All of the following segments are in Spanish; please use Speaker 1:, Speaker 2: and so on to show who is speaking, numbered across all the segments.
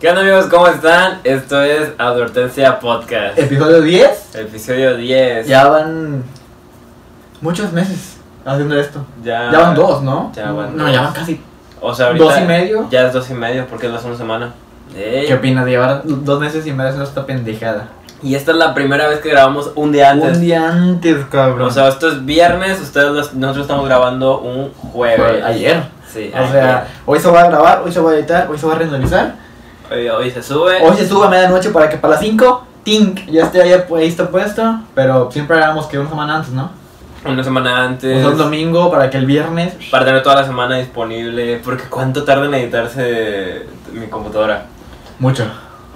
Speaker 1: ¿Qué onda amigos? ¿Cómo están? Esto es Advertencia Podcast.
Speaker 2: Episodio 10.
Speaker 1: Episodio 10.
Speaker 2: Ya van muchos meses haciendo esto.
Speaker 1: Ya,
Speaker 2: Ya van dos, ¿no?
Speaker 1: Ya van
Speaker 2: No,
Speaker 1: dos.
Speaker 2: ya van casi.
Speaker 1: O sea, ahorita
Speaker 2: ¿Dos y medio?
Speaker 1: Ya es dos y medio porque es la segunda semana. Ey.
Speaker 2: ¿Qué opinas de llevar dos meses y medio haciendo esta pendejada?
Speaker 1: Y esta es la primera vez que grabamos un día antes.
Speaker 2: Un día antes, cabrón.
Speaker 1: O sea, esto es viernes, ustedes, nosotros estamos grabando un jueves.
Speaker 2: Fue ayer.
Speaker 1: Sí,
Speaker 2: O sea, hoy se va a grabar, hoy se va a editar, hoy se va a renderizar.
Speaker 1: hoy, hoy se sube.
Speaker 2: Hoy se sube a medianoche para que para las 5, tink, ya esté ahí pu- ahí está puesto. Pero siempre hagamos que una semana antes, ¿no?
Speaker 1: Una semana
Speaker 2: O
Speaker 1: antes.
Speaker 2: sea, un domingo para que el viernes.
Speaker 1: Para tener toda la semana disponible. Porque cuánto tarda en editarse mi computadora.
Speaker 2: Mucho.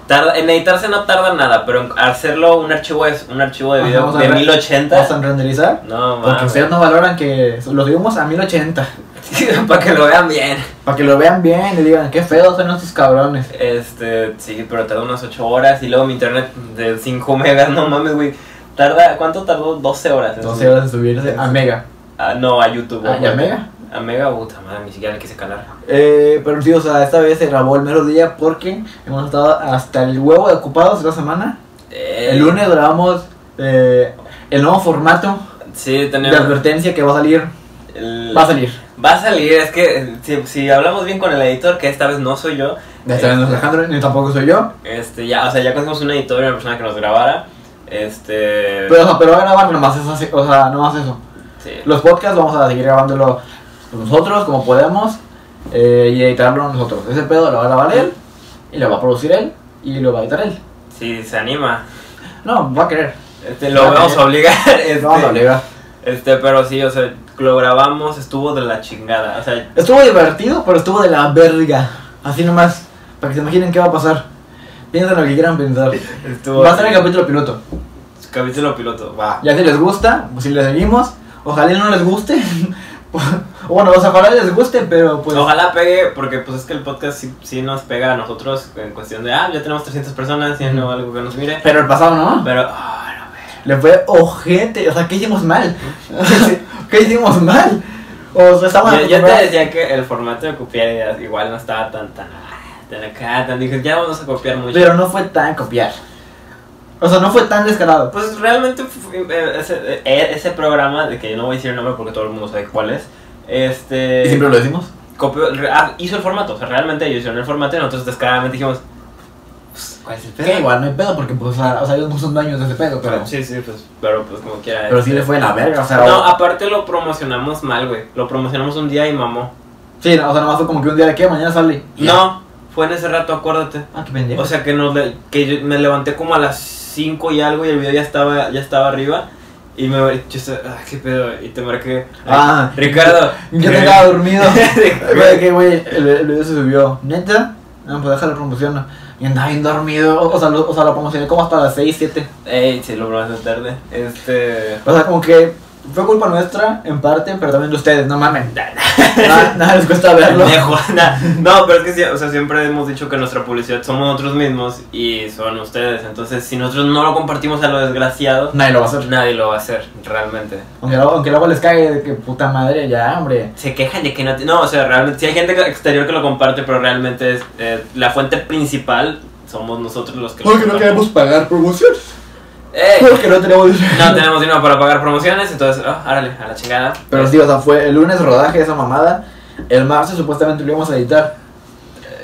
Speaker 1: Tarda, en editarse no tarda nada, pero en hacerlo un archivo es un archivo de
Speaker 2: Ajá,
Speaker 1: video
Speaker 2: o sea,
Speaker 1: de
Speaker 2: re- Vamos
Speaker 1: 1080.
Speaker 2: a renderizar.
Speaker 1: No
Speaker 2: Porque
Speaker 1: mames.
Speaker 2: ustedes no valoran que lo subimos a 1080.
Speaker 1: Para que lo vean bien.
Speaker 2: Para que lo vean bien y digan, qué feos son estos cabrones.
Speaker 1: Este, sí, pero tarda unas 8 horas y luego mi internet de 5 megas, no mames, güey. Tarda, ¿cuánto tardó? 12 horas. en
Speaker 2: 12
Speaker 1: subir.
Speaker 2: horas en subirse a Mega.
Speaker 1: Ah, no, a YouTube.
Speaker 2: Ah, ¿y a
Speaker 1: güey.
Speaker 2: Mega?
Speaker 1: A Mega, puta madre, ni siquiera le quise calar.
Speaker 2: Eh, pero sí, o sea, esta vez se grabó el mero día porque hemos estado hasta el huevo de ocupados la semana.
Speaker 1: Eh,
Speaker 2: El lunes grabamos eh, el nuevo formato
Speaker 1: Sí,
Speaker 2: de
Speaker 1: tenemos.
Speaker 2: advertencia que va a salir.
Speaker 1: el- Este.
Speaker 2: Va a salir.
Speaker 1: Va a salir, es que eh, si, si hablamos bien con el editor, que esta vez no soy yo,
Speaker 2: Esta vez no es Alejandro, ni tampoco soy yo.
Speaker 1: este, ya, o sea, ya conseguimos un editor y una persona que nos grabara. Este.
Speaker 2: Pero, o sea, pero va a grabar nomás eso, así, o sea, nomás eso.
Speaker 1: sí.
Speaker 2: Los podcasts vamos a seguir grabándolo nosotros como podemos eh, y editarlo nosotros. Ese pedo lo va a grabar él y lo va a producir él y lo va a editar él.
Speaker 1: Si se anima.
Speaker 2: No, va a querer.
Speaker 1: Este, lo vamos a obligar. Este,
Speaker 2: Ah, Vamos a obligar.
Speaker 1: Este, pero sí, o sea, lo grabamos, estuvo de la chingada. O sea,
Speaker 2: Estuvo divertido, pero estuvo de la verga. Así nomás, para que se imaginen qué va a pasar. Piensen lo que quieran pensar.
Speaker 1: estuvo.
Speaker 2: Va a ser el capítulo piloto.
Speaker 1: capítulo piloto. Va.
Speaker 2: Ya si les gusta, pues si les seguimos. Ojalá y no les guste. bueno, o sea, ojalá y les guste, pero pues...
Speaker 1: Ojalá pegue, porque pues es que el podcast sí, sí nos pega a nosotros en cuestión de, ah, ya tenemos 300 personas, ya no algo que nos mire.
Speaker 2: Pero el pasado no.
Speaker 1: Pero, ah,
Speaker 2: Le fue ojete, o sea, ¿qué hicimos mal? ¿Qué hicimos mal? O sea,
Speaker 1: no.
Speaker 2: estamos
Speaker 1: Yo, yo te
Speaker 2: acostumbrados-
Speaker 1: decía que el formato de copiar igual no estaba tan, tan, tan acá, tan. Dije, ya vamos a copiar mucho.
Speaker 2: Pero no fue tan copiar. O sea, no fue tan descarado.
Speaker 1: Pues realmente fu- eh, ese, eh, ese programa, de que yo no voy a decir el nombre porque todo el mundo sabe cuál es, este...
Speaker 2: ¿Y siempre lo decimos?
Speaker 1: copió- re- ah, hizo el formato, o sea, realmente ellos hicieron el formato y nosotros descaradamente dijimos, pues, ¿cuál es el
Speaker 2: Pero
Speaker 1: pedo?
Speaker 2: igual, no hay pedo, porque pues, o sea, o sea, ellos no son dueños de ese pedo, pero...
Speaker 1: Sí, sí, pues, pero pues como quiera.
Speaker 2: Pero sí
Speaker 1: este.
Speaker 2: le fue la verga, o sea...
Speaker 1: No,
Speaker 2: o-
Speaker 1: aparte lo promocionamos mal, güey. Lo promocionamos un día y mamó.
Speaker 2: Sí, no, o sea, nomás fue como que un día de que mañana sale.
Speaker 1: No, fue en ese rato, acuérdate.
Speaker 2: Ah, qué pendejo.
Speaker 1: O sea que nos le- que yo me levanté como a las 5 y algo y el video ya estaba ya estaba arriba y me yo estaba, ah, qué pedo y te marqué. Ay,
Speaker 2: Ah.
Speaker 1: Ricardo.
Speaker 2: Yo
Speaker 1: eh,
Speaker 2: te quedaba dormido. Güey,
Speaker 1: Ricardo,
Speaker 2: que güey, el, el video se subió. ¿Neta? No, pues déjalo promocionar. Y andaba bien dormido, o, o sea, lo, o sea, lo promocioné como hasta las 6, 7.
Speaker 1: Ey, sí, lo probaste tarde. Este,
Speaker 2: O sea, como que fue culpa nuestra, en parte, pero también de ustedes, no mamen. Nada, nada les cuesta verlo.
Speaker 1: pendejo, na- No, pero es que sí, o sea, siempre hemos dicho que nuestra publicidad somos nosotros mismos y son ustedes. Entonces, si nosotros no lo compartimos a lo desgraciado,
Speaker 2: Nadie lo va a hacer.
Speaker 1: nadie lo va a hacer realmente.
Speaker 2: Aunque luego, aunque luego les cague de que puta madre, ya, hombre.
Speaker 1: se quejan de que no... te- No, o sea, realmente, sí hay gente exterior que lo comparte, pero realmente es, eh, la fuente principal somos nosotros los que... lo compramos.
Speaker 2: pagar promociones.
Speaker 1: ¡Ey!
Speaker 2: Eh, Porque no tenemos.
Speaker 1: No tenemos dinero para pagar promociones, entonces, ah, árale, a la chingada.
Speaker 2: Pero sí, o sea, fue el lunes rodaje de esa mamada. El martes supuestamente lo íbamos a editar.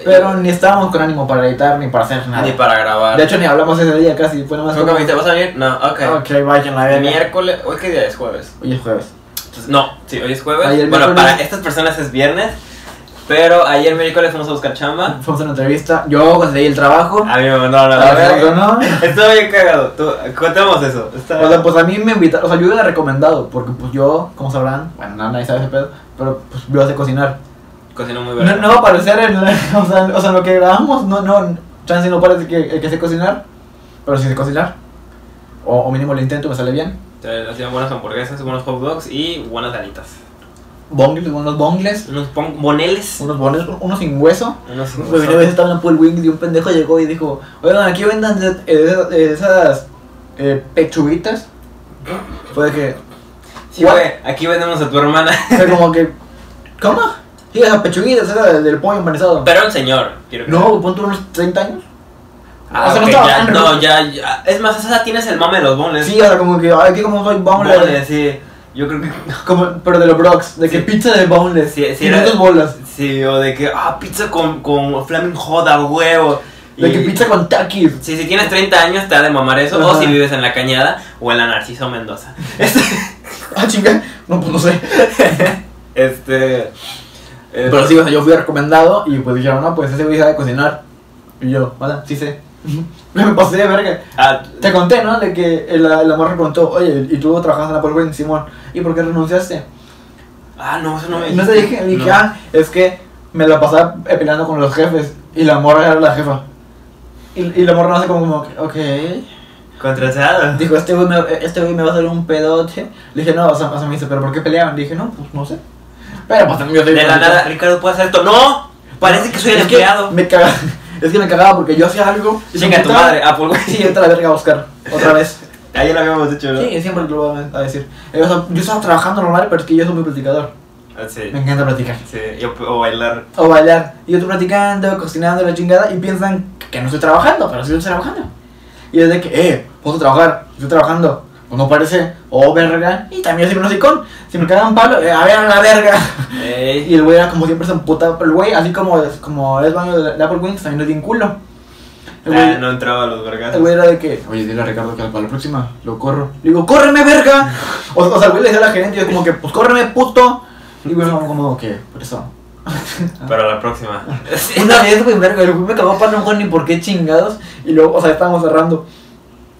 Speaker 2: Pero ni estábamos con ánimo para editar ni para hacer nada.
Speaker 1: Eh, Ni para grabar.
Speaker 2: De hecho, ni hablamos ese día casi. Fue nomás.
Speaker 1: Creo que
Speaker 2: como- "Ah,
Speaker 1: me dijiste, ¿vas a venir? No, ok.
Speaker 2: Ok, vayan a ver.
Speaker 1: Miércoles, ¿hoy qué día es? Jueves.
Speaker 2: Hoy es jueves.
Speaker 1: Entonces, no, sí, hoy es jueves.
Speaker 2: Ayer
Speaker 1: bueno,
Speaker 2: miércoles.
Speaker 1: para estas personas es viernes, pero ayer miércoles fuimos a buscar chamba.
Speaker 2: Fuimos a una entrevista. Yo conseguí el trabajo.
Speaker 1: A mí me mandaron a Ah, la
Speaker 2: A Alejandro
Speaker 1: verga.
Speaker 2: Ah, no.
Speaker 1: Estaba bien cagado. Tú, contemos eso. Estaba-
Speaker 2: O sea, pues a mí me invitaron, o sea, yo hubiera recomendado, porque pues yo, como sabrán, bueno, no, nadie sabe ese pedo, pero pues yo sé cocinar.
Speaker 1: Cocinó muy
Speaker 2: No,
Speaker 1: bien.
Speaker 2: no va a aparecer en, la- o sea, o sea, en lo que grabamos, no, no, chance no parece que, el que sé cocinar, pero sí sé cocinar. O, o mínimo lo intento, me sale bien.
Speaker 1: Eh, Hacían buenas hamburguesas, buenos hot dogs y buenas alitas.
Speaker 2: Bongles, unos bongles,
Speaker 1: Unos pon- boneles.
Speaker 2: unos bongles, unos sin hueso.
Speaker 1: Unos
Speaker 2: Güey, Una vez Pues, estaba en un pool wing y un pendejo llegó y dijo, oigan, aquí vendan de- eh, de esas eh, pechuguitas. Fue de que,
Speaker 1: Sí, güey, aquí vendemos a tu hermana.
Speaker 2: fue como que, ¿cómo? Sí, esa pechuguita, esa del, del pollo empanizado.
Speaker 1: Pero el señor, quiero que-
Speaker 2: No, ponte unos 30 años.
Speaker 1: Ah,
Speaker 2: o sea, no
Speaker 1: ok,
Speaker 2: estaba
Speaker 1: ya,
Speaker 2: tan
Speaker 1: no,
Speaker 2: rudo.
Speaker 1: ya, ya. Es más, esa tienes el mame de los bonles.
Speaker 2: Sí, o sea, como que, ay, ¿qué como soy? Boneless.
Speaker 1: bonles, sí. Yo creo que.
Speaker 2: Como, pero de los Brox, de que
Speaker 1: Sí.
Speaker 2: pizza de boneless.
Speaker 1: Sí, sí,
Speaker 2: 500
Speaker 1: era-
Speaker 2: bolas.
Speaker 1: Sí, o de que, ah, pizza con, con flaming hot a huevo.
Speaker 2: De
Speaker 1: Y-
Speaker 2: que pizza con takis.
Speaker 1: Sí, si tienes 30 años te ha de mamar eso, o
Speaker 2: Ajá.
Speaker 1: si vives en la cañada o en la Narciso Mendoza.
Speaker 2: Ah, chinga. No, pues no sé.
Speaker 1: Este. eh,
Speaker 2: Pero sí, o sea, yo fui recomendado y pues dijeron, no, pues ese güey sabe cocinar. Y yo, hola, sí sé. Me pasé de verga.
Speaker 1: ah,
Speaker 2: Te conté, ¿no? De que la, la morra preguntó, oye, ¿y tú trabajas en la Polvering Simón? ¿Y por qué renunciaste?
Speaker 1: ah, no, eso no me
Speaker 2: No te dije, dije,
Speaker 1: No.
Speaker 2: ah, es que me la pasaba eh, peleando con los jefes y la morra era la jefa. Y, y la morra hace como, como, ok.
Speaker 1: Contratado.
Speaker 2: Dijo, este güey, me, este güey me va a hacer un pedote. Le dije, no, o sea, o sea, me dice, pero ¿por qué peleaban? Le dije, no, pues no sé. Pero pues también yo soy
Speaker 1: De la
Speaker 2: bonito.
Speaker 1: nada, Ricardo, ¿puedo hacer esto? ¡No! Parece que soy el
Speaker 2: Es
Speaker 1: empleado.
Speaker 2: Me cagaba. Es que me cagaba porque yo hacía algo. y se
Speaker 1: Chinga tu
Speaker 2: emputaba.
Speaker 1: madre, Apple, güey.
Speaker 2: Sí, entra la verga a buscar. Otra vez.
Speaker 1: Ayer Ah, lo habíamos hecho, ¿no?
Speaker 2: Sí, siempre lo voy a decir. Eh, o sea, yo estaba trabajando normal, pero es que yo soy muy platicador.
Speaker 1: Ah, sí.
Speaker 2: Me encanta platicar.
Speaker 1: Sí, yo- o bailar.
Speaker 2: O bailar. Y yo estoy platicando, cocinando la chingada y piensan que no estoy trabajando, pero sí estoy trabajando. Y es de que, eh, puedo trabajar, estoy trabajando. O no parece, o oh, verga. Y también soy menos icón. Si me cagan palo, eh, a ver a la verga.
Speaker 1: Ey.
Speaker 2: Y el güey era como siempre se emputaba, pero el güey, así como es, como es baño de de Apple Wings, también es bien culo. El güey,
Speaker 1: Ah, no entraba a los vergas.
Speaker 2: el güey era de que, oye, dile a Ricardo que para la próxima lo corro. Le digo, córreme, verga. O, o sea, el güey le decía a la gerente, yo como que, pues córreme, puto. Y bueno, como que, por eso.
Speaker 1: Pero la próxima.
Speaker 2: Una vez, güey, verga, el güey me cagó para no jugar ni por qué chingados. Y luego, o sea, estábamos cerrando.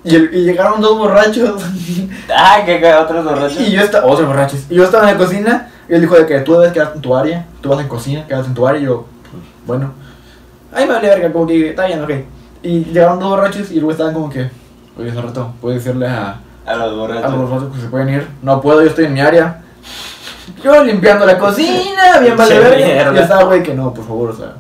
Speaker 2: Y, el- y llegaron dos borrachos.
Speaker 1: ah, que que otros
Speaker 2: y yo estaba, otros borrachos. Y yo estaba en la cocina. Y él dijo de que tú debes quedarte en tu área. Tú vas en cocina, quedas en tu área. Y yo, bueno. Ahí me vale verga, como que está bien, ok. Y llegaron dos borrachos y luego estaban como que, oye, hace rato, puedes decirle a,
Speaker 1: A los
Speaker 2: a los
Speaker 1: borrachos.
Speaker 2: borrachos que se pueden ir. No puedo, yo estoy en mi área. Yo limpiando la cocina, bien vale
Speaker 1: Che,
Speaker 2: verga.
Speaker 1: mierda.
Speaker 2: Y estaba, güey, que no, por favor, o sea.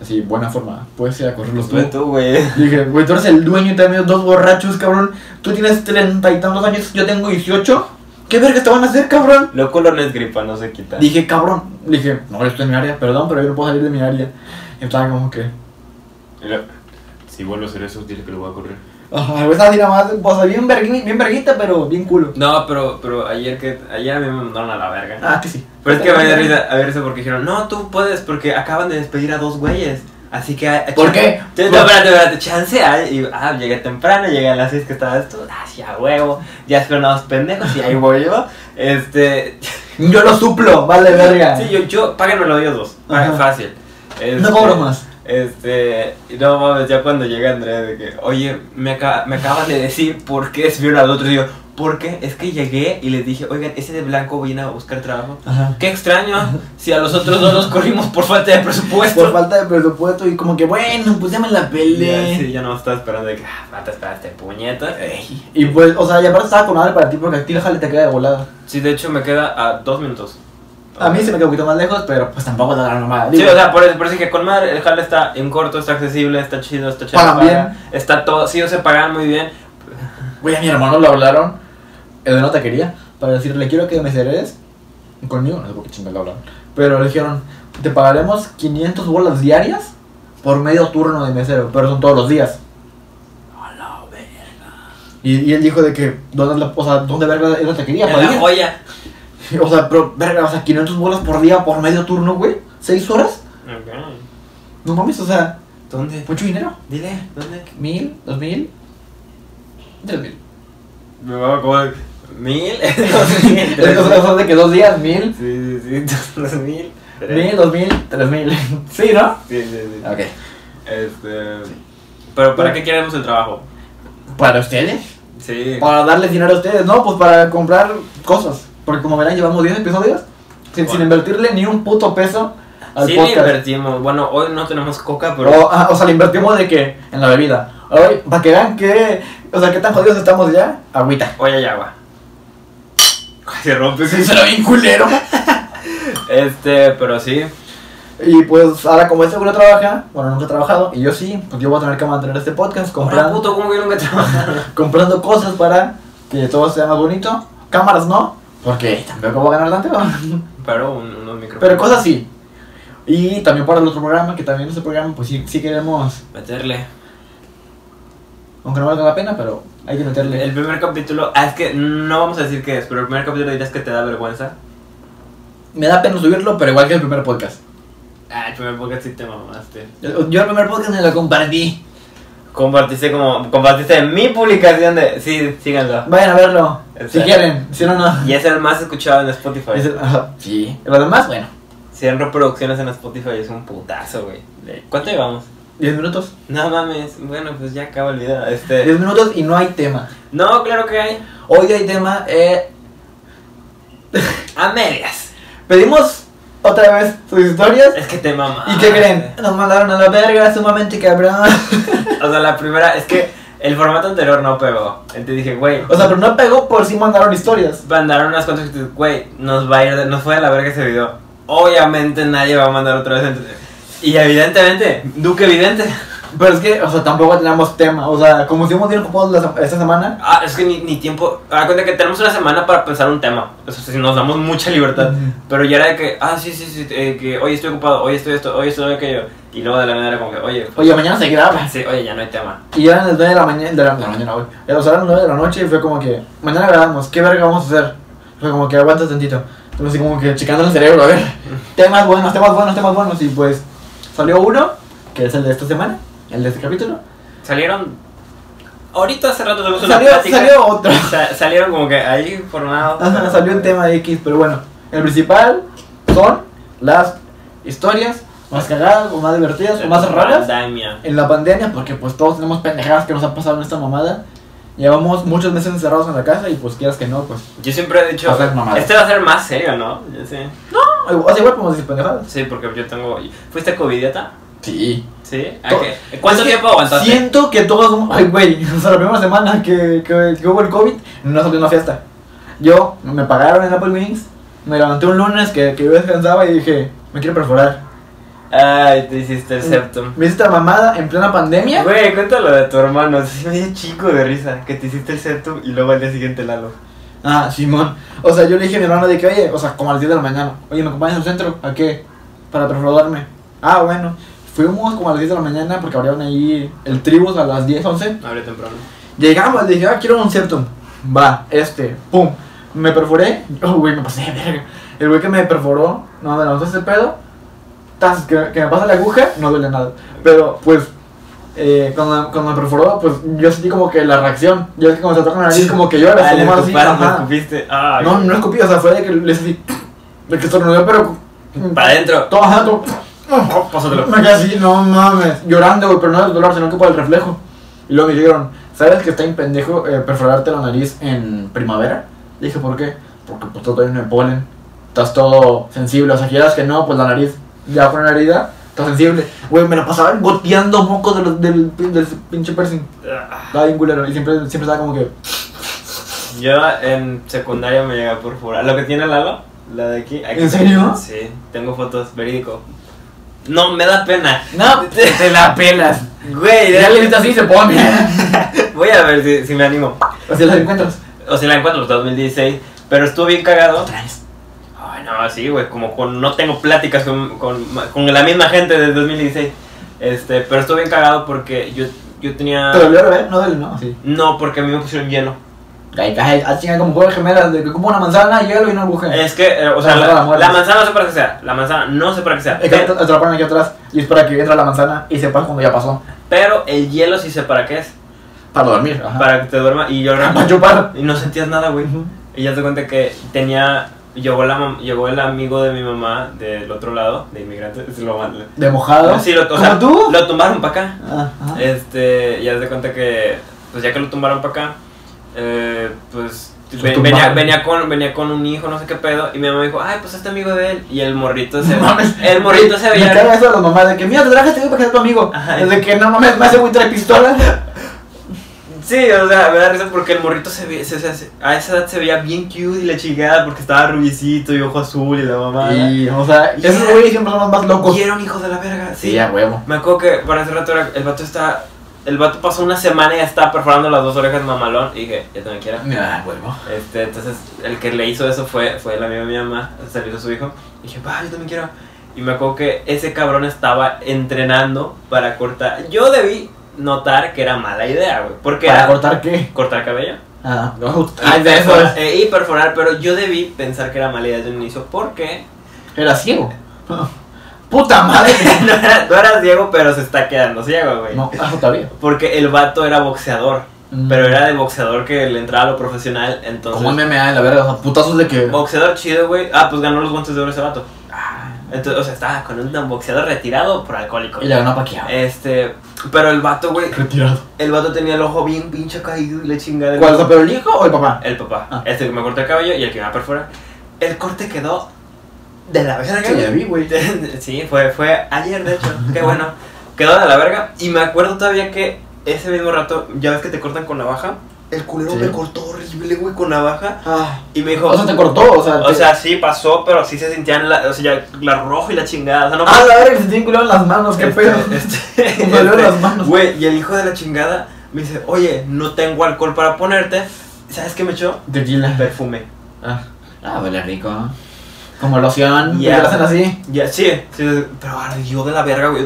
Speaker 2: Así, buena forma. Puedes ir a correrlos tú.
Speaker 1: Ve Pues tú, güey.
Speaker 2: Dije, güey, tú eres el dueño y te han venido dos borrachos, cabrón. Tú tienes treinta y tantos años, yo tengo 18. ¿Qué verga te van a hacer, cabrón?
Speaker 1: Lo culo no es gripa, no se quita.
Speaker 2: Dije, cabrón. Dije, no, yo estoy en mi área, perdón, pero yo no puedo salir de mi área. Y estaba como que.
Speaker 1: Mira, si vuelvo a hacer eso, dile que lo voy a correr.
Speaker 2: Ajá, güey, estaba así nada más. O sea, bien, vergui- bien verguita, pero bien culo.
Speaker 1: No, pero, pero ayer que ayer a mí me mandaron a la verga.
Speaker 2: Ah, que sí.
Speaker 1: Pero es que me dio risa a ver eso porque dijeron, no, tú puedes, porque acaban de despedir a dos güeyes. Así que. ah,
Speaker 2: ¿Por
Speaker 1: chan-
Speaker 2: qué?
Speaker 1: Entonces, No, espérate, espérate, chance. hay", y, ah, llegué temprano, llegué a las 6 que estaba esto. Ah, sí, a huevo. Ya esperan a los pendejos y ahí voy yo. Este.
Speaker 2: Yo lo suplo, vale, verga.
Speaker 1: Sí, yo, yo, páganmelo ellos dos. Pagan
Speaker 2: Ajá.
Speaker 1: fácil. Este,
Speaker 2: No cobro más.
Speaker 1: Este, y no mames, ya cuando llega Andrea de que, oye, me, acaba- me acaban de decir por qué vieron al otro. Y yo, ¿por qué? Es que llegué y les dije, oigan, ese de blanco viene a buscar trabajo.
Speaker 2: Ajá.
Speaker 1: Qué extraño si a los otros dos los corrimos por falta de presupuesto.
Speaker 2: Por falta de presupuesto y como que, bueno, pues ya me la
Speaker 1: Ya,
Speaker 2: peleé.
Speaker 1: sí, ya no estaba esperando de que, ah, mata, esperaste, puñeta.
Speaker 2: Ey, Y pues, o sea, y aparte estaba con madre para ti porque a ti la jale te queda de volada.
Speaker 1: Sí, de hecho me queda a dos minutos.
Speaker 2: A mí se me quedó un poquito más lejos, pero pues tampoco es la gran mamada.
Speaker 1: Sí,
Speaker 2: Digo,
Speaker 1: o sea, por eso, por eso dije, con madre, el jale está en corto, está accesible, está chido, está chido.
Speaker 2: Pagan
Speaker 1: paga, Está todo, sí, o sea, pagan muy bien.
Speaker 2: Güey, a mi hermano lo hablaron en una taquería para decirle, quiero que me cereres conmigo. No sé por qué chingados lo hablaron. Pero le dijeron, te pagaremos 500 bolas diarias por medio turno de mesero, pero son todos los días. Y, y él dijo de que, ¿dónde, es la, o sea, ¿dónde verga es la taquería?
Speaker 1: En
Speaker 2: para
Speaker 1: la
Speaker 2: ir?"
Speaker 1: joya.
Speaker 2: O sea, pero, verga, o sea, 500 bolas por día por medio turno, güey. ¿Seis horas? No mames, o sea,
Speaker 1: ¿Dónde?
Speaker 2: mucho dinero.
Speaker 1: Dile, ¿dónde?
Speaker 2: ¿Mil? ¿Dos mil? ¿Tres mil?
Speaker 1: Me va a cobrar mil,
Speaker 2: O
Speaker 1: dos mil, tres
Speaker 2: sea, o sea, de que dos días, mil,
Speaker 1: mil. Sí, sí, sí, dos mil. tres.
Speaker 2: mil, dos mil, tres mil. Sí, ¿no?
Speaker 1: Sí, sí, sí.
Speaker 2: Ok.
Speaker 1: Este. Pero ¿para qué queremos el trabajo?
Speaker 2: ¿Para ustedes?
Speaker 1: Sí.
Speaker 2: Para darles dinero a ustedes, no, pues para comprar cosas. Porque como verán, llevamos 10 episodios sin, sin invertirle ni un puto peso al
Speaker 1: Sí, le
Speaker 2: podcast.
Speaker 1: invertimos. Bueno, hoy no tenemos coca, pero.
Speaker 2: O, ah, o sea, le invertimos de que en la bebida. Hoy, para que vean que, o sea, qué tan jodidos estamos ya, agüita.
Speaker 1: Hoy hay agua. Se rompe.
Speaker 2: lo bien culero.
Speaker 1: Este, pero sí.
Speaker 2: Y pues ahora como este culo trabaja, bueno, nunca ha trabajado, y yo sí, pues yo voy a tener que mantener este podcast
Speaker 1: Comprar
Speaker 2: comprando.
Speaker 1: puto, como que yo nunca he trabajado.
Speaker 2: comprando cosas para que todo sea más bonito. Cámaras no, porque tampoco voy a ganar tanto.
Speaker 1: Pero un- unos micrófonos.
Speaker 2: Pero cosas sí. Y también para el otro programa, que también ese programa, pues sí, sí queremos,
Speaker 1: Meterle.
Speaker 2: aunque no valga la pena, pero hay que meterle.
Speaker 1: El primer capítulo, ah, es que no vamos a decir qué es, pero el primer capítulo dirás que te da vergüenza.
Speaker 2: Me da pena subirlo, pero igual que el primer podcast.
Speaker 1: Ah, el primer podcast sí te mamaste.
Speaker 2: Yo yo el primer podcast me lo compartí.
Speaker 1: Compartiste como, compartiste en mi publicación de, sí, síganlo.
Speaker 2: Vayan a verlo, si
Speaker 1: Exacto.
Speaker 2: quieren, si no, no.
Speaker 1: Y es el más escuchado en Spotify.
Speaker 2: Es el- ajá, sí. Lo demás, bueno.
Speaker 1: 100 reproducciones en Spotify es un putazo, güey. ¿Cuánto llevamos?
Speaker 2: 10 minutos.
Speaker 1: No mames, bueno, pues ya acabo el video. Este,
Speaker 2: 10 minutos y no hay tema.
Speaker 1: no, claro que hay.
Speaker 2: Hoy hay tema, eh,
Speaker 1: A medias.
Speaker 2: pedimos otra vez sus historias.
Speaker 1: Es que te mamas.
Speaker 2: ¿Y qué creen? Nos mandaron a la verga, sumamente cabrón.
Speaker 1: O sea, la primera, es que el formato anterior no pegó. Entonces dije, güey,
Speaker 2: O sea, pero no pegó por si mandaron historias.
Speaker 1: mandaron unas cuantas que dices, güey, nos va a ir, de- nos fue de la verga ese video. Obviamente nadie va a mandar otra vez. entonces- Y evidentemente, Duque Evidente.
Speaker 2: Pero es que, o sea, tampoco tenemos tema. O sea, como estuvimos bien ocupados la sem- esta semana,
Speaker 1: Ah, es que ni, ni tiempo. Ah, cuenta que tenemos una semana para pensar un tema. O sea, si nos damos mucha libertad.
Speaker 2: Ujú.
Speaker 1: Pero ya era de que, ah, sí, sí, sí, eh, que hoy estoy ocupado, hoy estoy esto, hoy estoy aquello. Y luego de la manera como que, oye, ah,
Speaker 2: oye, mañana se graba.
Speaker 1: sí, oye, ya no hay tema.
Speaker 2: Y eran las 9 de la mañana, de la, de la mañana, güey. Era- O sea, eran las 9 de la noche y fue como que, mañana grabamos, ¿qué verga vamos a hacer? Fue como que aguanta tantito. Entonces, así como que checando el cerebro, a ver, temas buenos, temas buenos, temas buenos. Y pues, salió uno, que es el de esta semana, el de este capítulo.
Speaker 1: Salieron. Ahorita hace rato tuvimos una
Speaker 2: Salió,
Speaker 1: plática.
Speaker 2: salió otro.
Speaker 1: Sa- salieron como que ahí formados.
Speaker 2: Ajá, salió un tema de X, pero bueno, el principal son las historias más cagadas o más divertidas o más raras
Speaker 1: Pandemia.
Speaker 2: en la pandemia, porque pues todos tenemos pendejadas que nos han pasado en esta mamada. Llevamos muchos meses encerrados en la casa y pues quieras que no, pues.
Speaker 1: Yo siempre he dicho.
Speaker 2: Hacer mamadas.
Speaker 1: Este va a ser más serio, ¿no? Sí.
Speaker 2: O sea, igual podemos decir pendejadas.
Speaker 1: Sí, porque yo tengo. ¿Fuiste covidiota?
Speaker 2: Sí.
Speaker 1: Sí. ¿A
Speaker 2: To-
Speaker 1: qué? ¿Cuánto
Speaker 2: Es que
Speaker 1: tiempo aguantaste?
Speaker 2: Siento que todos. Ay, güey. O sea, la primera semana que, que, que hubo el COVID, no salí a una fiesta. Yo me pagaron en Apple Wings, me levanté un lunes que, que yo descansaba y dije, me quiero perforar.
Speaker 1: Ay, te hiciste el septum.
Speaker 2: Me hiciste esta mamada en plena pandemia.
Speaker 1: Güey, cuéntalo de tu hermano. Sí, me dio chico de risa. Que te hiciste el septum y luego al día siguiente Lalo.
Speaker 2: Ah, Simón. O sea, yo le dije a mi hermano de que, oye, o sea, como a las 10 de la mañana, oye, ¿me acompañas al centro? ¿A qué? Para perforarme. Ah, bueno. Fuimos como a las 10 de la mañana porque abrieron ahí el tribus a las 10, 11.
Speaker 1: Abre temprano.
Speaker 2: Llegamos, le dije, ah, quiero un septum. Va, este, pum. Me perforé. Oh, güey, me pasé de verga. El güey que me perforó, no me levantó ese pedo. Tas, que, que me pasa la aguja, no duele nada. Pero, pues, eh, cuando, cuando me perforó, pues yo sentí como que la reacción. Yo es que cuando se toca la nariz, como que yo
Speaker 1: Ah,
Speaker 2: la
Speaker 1: le
Speaker 2: como así.
Speaker 1: escuparon, le
Speaker 2: ajá.
Speaker 1: escupiste. Ay.
Speaker 2: No, no escupí, o sea, fue de que le sentí. De que estornudé, pero.
Speaker 1: Para adentro.
Speaker 2: Todo, ajá, todo.
Speaker 1: Oh, Pásatelo.
Speaker 2: Me quedé así, no mames, llorando, güey, pero no del dolor, sino que por el reflejo. Y luego me dijeron, ¿sabes que está en pendejo eh, perforarte la nariz en primavera? Dije, ¿por qué? Porque pues todo lleno de polen, estás todo sensible, o sea, quieras que no, pues la nariz ya fue una herida, estás sensible. Güey, me la pasaba goteando moco de los- del, del, pinche piercing.
Speaker 1: Ah.
Speaker 2: Estaba bien culero, y siempre, siempre estaba como que,
Speaker 1: Yo en secundaria me llegué a perforar. Lo que tiene Lalo, la de aquí. aquí
Speaker 2: ¿En serio?
Speaker 1: Sí, tengo fotos, verídico. No, me da pena.
Speaker 2: no, te, te la pelas.
Speaker 1: Güey,
Speaker 2: Y ya le viste así y se pone.
Speaker 1: voy a ver si, si me animo.
Speaker 2: o sea, las encuentras.
Speaker 1: O sea, la encuentro 2016, pero estuvo bien cagado.
Speaker 2: Otra vez.
Speaker 1: Ay, no, sí, güey, como con, no tengo pláticas con, con, con la misma gente desde 2016. Este, pero estuvo bien cagado porque yo, yo tenía...
Speaker 2: Te dolió, ¿verdad? ¿eh? No duele, ¿no? Sí.
Speaker 1: No, porque a mí me pusieron hielo.
Speaker 2: Ahí está, ah, chinga, como juego de gemelas, de que como una manzana, hielo y una aguja.
Speaker 1: Es que, eh, o sea,
Speaker 2: Para
Speaker 1: la,
Speaker 2: la muerte.
Speaker 1: la manzana no sé para qué sea. La manzana no sé para qué sea.
Speaker 2: Es que te, te la ponen aquí atrás y es para que entra la manzana y sepas cuando ya pasó.
Speaker 1: Pero el hielo sí sé para qué es.
Speaker 2: Para dormir, ajá. Ah,
Speaker 1: Para que te duerma y yo
Speaker 2: Para chupar.
Speaker 1: y no sentías nada, güey. Y ya te cuenta que tenía llegó la mam- llegó el amigo de mi mamá del otro lado, de inmigrantes, lo mandó.
Speaker 2: De mojado.
Speaker 1: Sí, lo, o
Speaker 2: Ah, ¿Como
Speaker 1: sea,
Speaker 2: tú?
Speaker 1: lo tumbaron para acá.
Speaker 2: Ah, ajá.
Speaker 1: Este, ya te cuenta que pues ya que lo tumbaron para acá, eh, pues
Speaker 2: Lo
Speaker 1: ve- venía,
Speaker 2: tumbaron.
Speaker 1: venía con venía con un hijo, no sé qué pedo, y mi mamá dijo, "Ay, pues este amigo de él." Y el morrito se
Speaker 2: No mames.
Speaker 1: el morrito se
Speaker 2: Me
Speaker 1: veía
Speaker 2: caga eso de las mamás, de que mira, te traje este güey para que sea tu amigo.
Speaker 1: Ajá.
Speaker 2: Desde que no mames, me hace muy trae pistola.
Speaker 1: Sí, o sea, me da risa porque el morrito se ve, se- se- se- a esa edad se veía bien cute y la chingada porque estaba rubicito y ojo azul y la mamá. Y,
Speaker 2: Y, o sea, esos güeyes siempre son los más locos.
Speaker 1: era un hijo de la verga, sí.
Speaker 2: a huevo.
Speaker 1: Me acuerdo que para ese rato era- el vato está. El vato pasó una semana y ya estaba perforando las dos orejas mamalón y dije, ya te me quiera.
Speaker 2: Mira, huevo.
Speaker 1: Este, entonces el que le hizo eso fue, fue el amigo de mi mamá, se lo hizo su hijo. Y dije, va, yo también quiero. Y me acuerdo que ese cabrón estaba entrenando para cortar. Yo debí notar que era mala idea, güey. Porque
Speaker 2: ¿Para
Speaker 1: era
Speaker 2: cortar qué?
Speaker 1: cortar cabello.
Speaker 2: Ah, no,
Speaker 1: Y,
Speaker 2: de eso
Speaker 1: perforar, eh, y perforar, pero yo debí pensar que era mala idea desde un inicio porque
Speaker 2: Era ciego. ¡Puta madre!
Speaker 1: no, era, no era ciego, pero se está quedando ciego, güey.
Speaker 2: No, ah, Mm. eso está bien.
Speaker 1: Porque el vato era boxeador, pero era de boxeador que le entraba a lo profesional, entonces...
Speaker 2: Como MMA en la verga, o sea, putazos de que.
Speaker 1: Boxeador chido, güey. Ah, pues ganó los guantes de oro ese vato. Entonces, o sea, estaba con un boxeador retirado por alcohólico.
Speaker 2: ah, Y le ganó a Paquiao.
Speaker 1: Este, pero el vato, güey,
Speaker 2: Retirado.
Speaker 1: el vato tenía el ojo bien pinche caído y le chingada.
Speaker 2: ¿Cuál es pero el hijo o el papá?
Speaker 1: El papá.
Speaker 2: Ah.
Speaker 1: Este que me cortó el cabello y el que me va a perforar. El corte quedó de la verga.
Speaker 2: Sí, ya vi, güey.
Speaker 1: sí, fue, fue ayer, de hecho. Qué bueno. Quedó de la verga. Y me acuerdo todavía que ese mismo rato, ya ves que te cortan con navaja. El culero
Speaker 2: Sí.
Speaker 1: me cortó horrible, güey, con navaja.
Speaker 2: Ah.
Speaker 1: Y me dijo.
Speaker 2: O sea, te cortó, o sea.
Speaker 1: O
Speaker 2: te-
Speaker 1: sea, sí pasó, pero sí se sentían la, o sea, ya la roja y la chingada. O sea, no
Speaker 2: Ah, la verga, se tienen culado en las manos, qué
Speaker 1: este,
Speaker 2: pedo.
Speaker 1: este,
Speaker 2: Me dolieron
Speaker 1: este,
Speaker 2: las manos.
Speaker 1: Güey, y el hijo de la chingada me dice, oye, no tengo alcohol para ponerte. ¿Sabes qué me echó?
Speaker 2: Tequila.
Speaker 1: Perfume.
Speaker 2: Ah, ah, huele rico. Como loción.
Speaker 1: Ya.
Speaker 2: Ya. lo hacen así.
Speaker 1: Ya, sí, sí, sí, pero ardió de la verga, güey.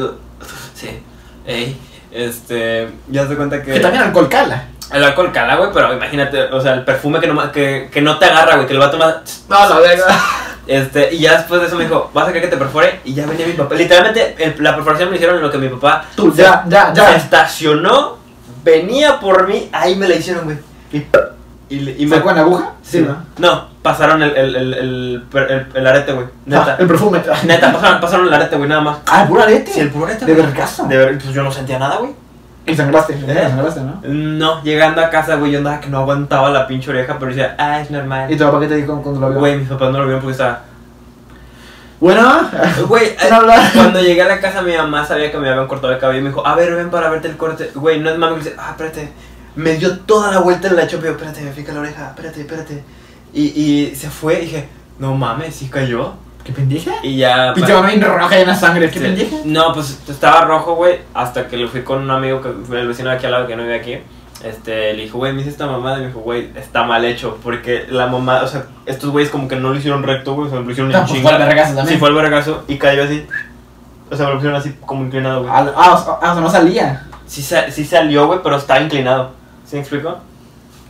Speaker 1: Sí. Ey, este, ya se cuenta que...
Speaker 2: Que también alcohol cala.
Speaker 1: El alcohol cala, güey, pero imagínate, o sea, el perfume que no, ma- que, que no te agarra, güey, que el vato más...
Speaker 2: No, la verga.
Speaker 1: Este, y ya después de eso me dijo, vas a querer que te perfore, y ya venía mi papá. Literalmente, el- la perforación me la hicieron en lo que mi papá
Speaker 2: Tú, ya, ya,
Speaker 1: Se
Speaker 2: ya.
Speaker 1: estacionó, venía por mí, ahí me la hicieron, güey. Y, y, le- y
Speaker 2: ¿Y
Speaker 1: me.
Speaker 2: me con aguja?
Speaker 1: Sí, ¿no? No, pasaron el, el, el, el, per- el- el arete, güey.
Speaker 2: Ah,
Speaker 1: Neta.
Speaker 2: el perfume.
Speaker 1: Neta, pasaron, pasaron el arete, güey, nada más.
Speaker 2: Ah, el puro arete.
Speaker 1: Sí, el puro arete.
Speaker 2: De
Speaker 1: güey.
Speaker 2: vergazo.
Speaker 1: De ver, pues yo no sentía nada, güey.
Speaker 2: Y sangraste. Y
Speaker 1: ¿Eh?
Speaker 2: sangraste, ¿no?
Speaker 1: No, llegando a casa, güey, yo andaba que no aguantaba la pinche oreja, pero decía, ah, es
Speaker 2: ¿Y
Speaker 1: normal.
Speaker 2: tu papá qué te dijo cuando lo vio?
Speaker 1: Güey, mis papás no lo vieron porque estaba.
Speaker 2: Bueno,
Speaker 1: Güey,
Speaker 2: Sin hablar.
Speaker 1: cuando llegué a la casa, mi mamá sabía que me habían cortado el cabello y me dijo, a ver, ven para verte el corte. Güey, no es mami, dice, ah, espérate. Me dio toda la vuelta en la chopa y yo, espérate, me pica la oreja, espérate, espérate. Y, y se fue y dije, no mames, sí cayó.
Speaker 2: ¿qué pendeja?
Speaker 1: Y ya...
Speaker 2: Pinche mamá bien roja llena de sangre. Ah, este. ¿Qué
Speaker 1: Sí.
Speaker 2: pendeja?
Speaker 1: No, pues estaba rojo, güey, hasta que lo fui con un amigo, que fue el vecino de aquí al lado que no vive aquí. Este, le dijo, güey, me hice esta mamada. Y me dijo, güey, está mal hecho. Porque la mamá, o sea, estos güeyes como que no lo hicieron recto, güey, o sea, lo hicieron en
Speaker 2: No, pues fue el
Speaker 1: chinga.
Speaker 2: vergazo también.
Speaker 1: Sí, fue el vergazo y cayó así. O sea, me lo pusieron así como inclinado, güey.
Speaker 2: Ah, ah, o sea- ah, o sea, no salía.
Speaker 1: Sí, sa- sí salió, güey, pero estaba inclinado. ¿Sí me explico?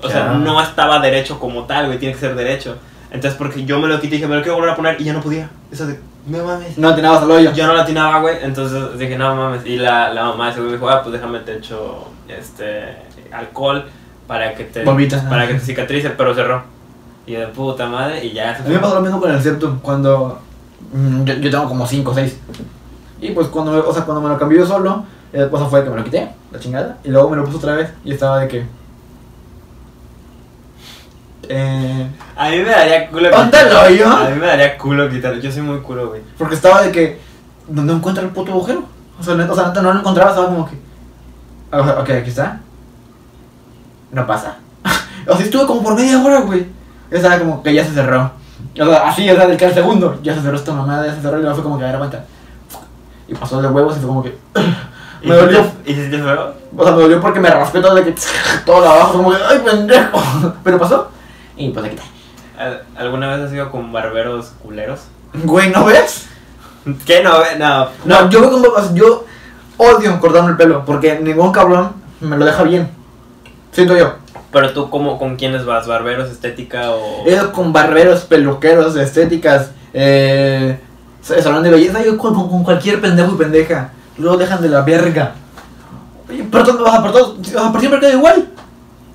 Speaker 1: O sea,
Speaker 2: Ya.
Speaker 1: no estaba derecho como tal, güey, tiene que ser derecho. Entonces, porque yo me lo quité y dije, me lo quiero volver a poner y ya no podía. Eso de, no mames.
Speaker 2: No atinabas al hoyo.
Speaker 1: Yo no la atinaba, güey, entonces dije, no mames. Y la, la mamá de ese güey me dijo, ah, pues déjame te echo este, alcohol para que te.
Speaker 2: Vomitas.
Speaker 1: Para que te cicatrice, pero cerró. Y yo de puta madre, y ya se
Speaker 2: A mí me
Speaker 1: fue.
Speaker 2: pasó lo mismo con el septum cuando mm, yo, yo tengo como 5 o 6. Y pues cuando, me- o sea, cuando me lo cambié yo solo, eh, o sea, fue que me lo quité, la chingada, y luego me lo puse otra vez y estaba de que eh,
Speaker 1: A mí me daría culo
Speaker 2: ¿Dónde
Speaker 1: quitarlo.
Speaker 2: lo yo?
Speaker 1: A mí me daría culo quitarlo. Yo soy muy culo, güey.
Speaker 2: porque estaba de que no, no encuentro el puto agujero. O sea, neta- o sea, neta, no lo encontraba, estaba como que ah, o sea, ok, aquí está. No pasa. o sea, estuve como por media hora, güey. Yo Estaba como que ya se cerró. O sea, así, o sea, del que al segundo, ya se cerró esta mamada, ya se cerró, y luego fue como que a ver, aguanta. Y pasó de huevos y fue como que
Speaker 1: ¿Y
Speaker 2: Me
Speaker 1: si
Speaker 2: dolió.
Speaker 1: te- ¿Y si te feo?
Speaker 2: O sea, me dolió porque me raspé todo de que todo lo abajo, como que, ay, pendejo. Pero pasó. Y pues aquí está.
Speaker 1: ¿Al- ¿Alguna vez has ido con barberos culeros?
Speaker 2: Güey, ¿no ves?
Speaker 1: ¿Qué no? ve- No.
Speaker 2: No, yo veo como. o sea, yo odio cortarme el pelo porque ningún cabrón me lo deja bien. Siento yo.
Speaker 1: Pero tú, cómo, ¿con quiénes vas? ¿Barberos, estética o...?
Speaker 2: He ido con barberos, peluqueros, estéticas, eh. sa- Salón de belleza, yo con, con- con cualquier pendejo y pendeja. Luego dejan de la verga. Oye, Pero todo, o sea, pero todo, o sea, por siempre queda igual.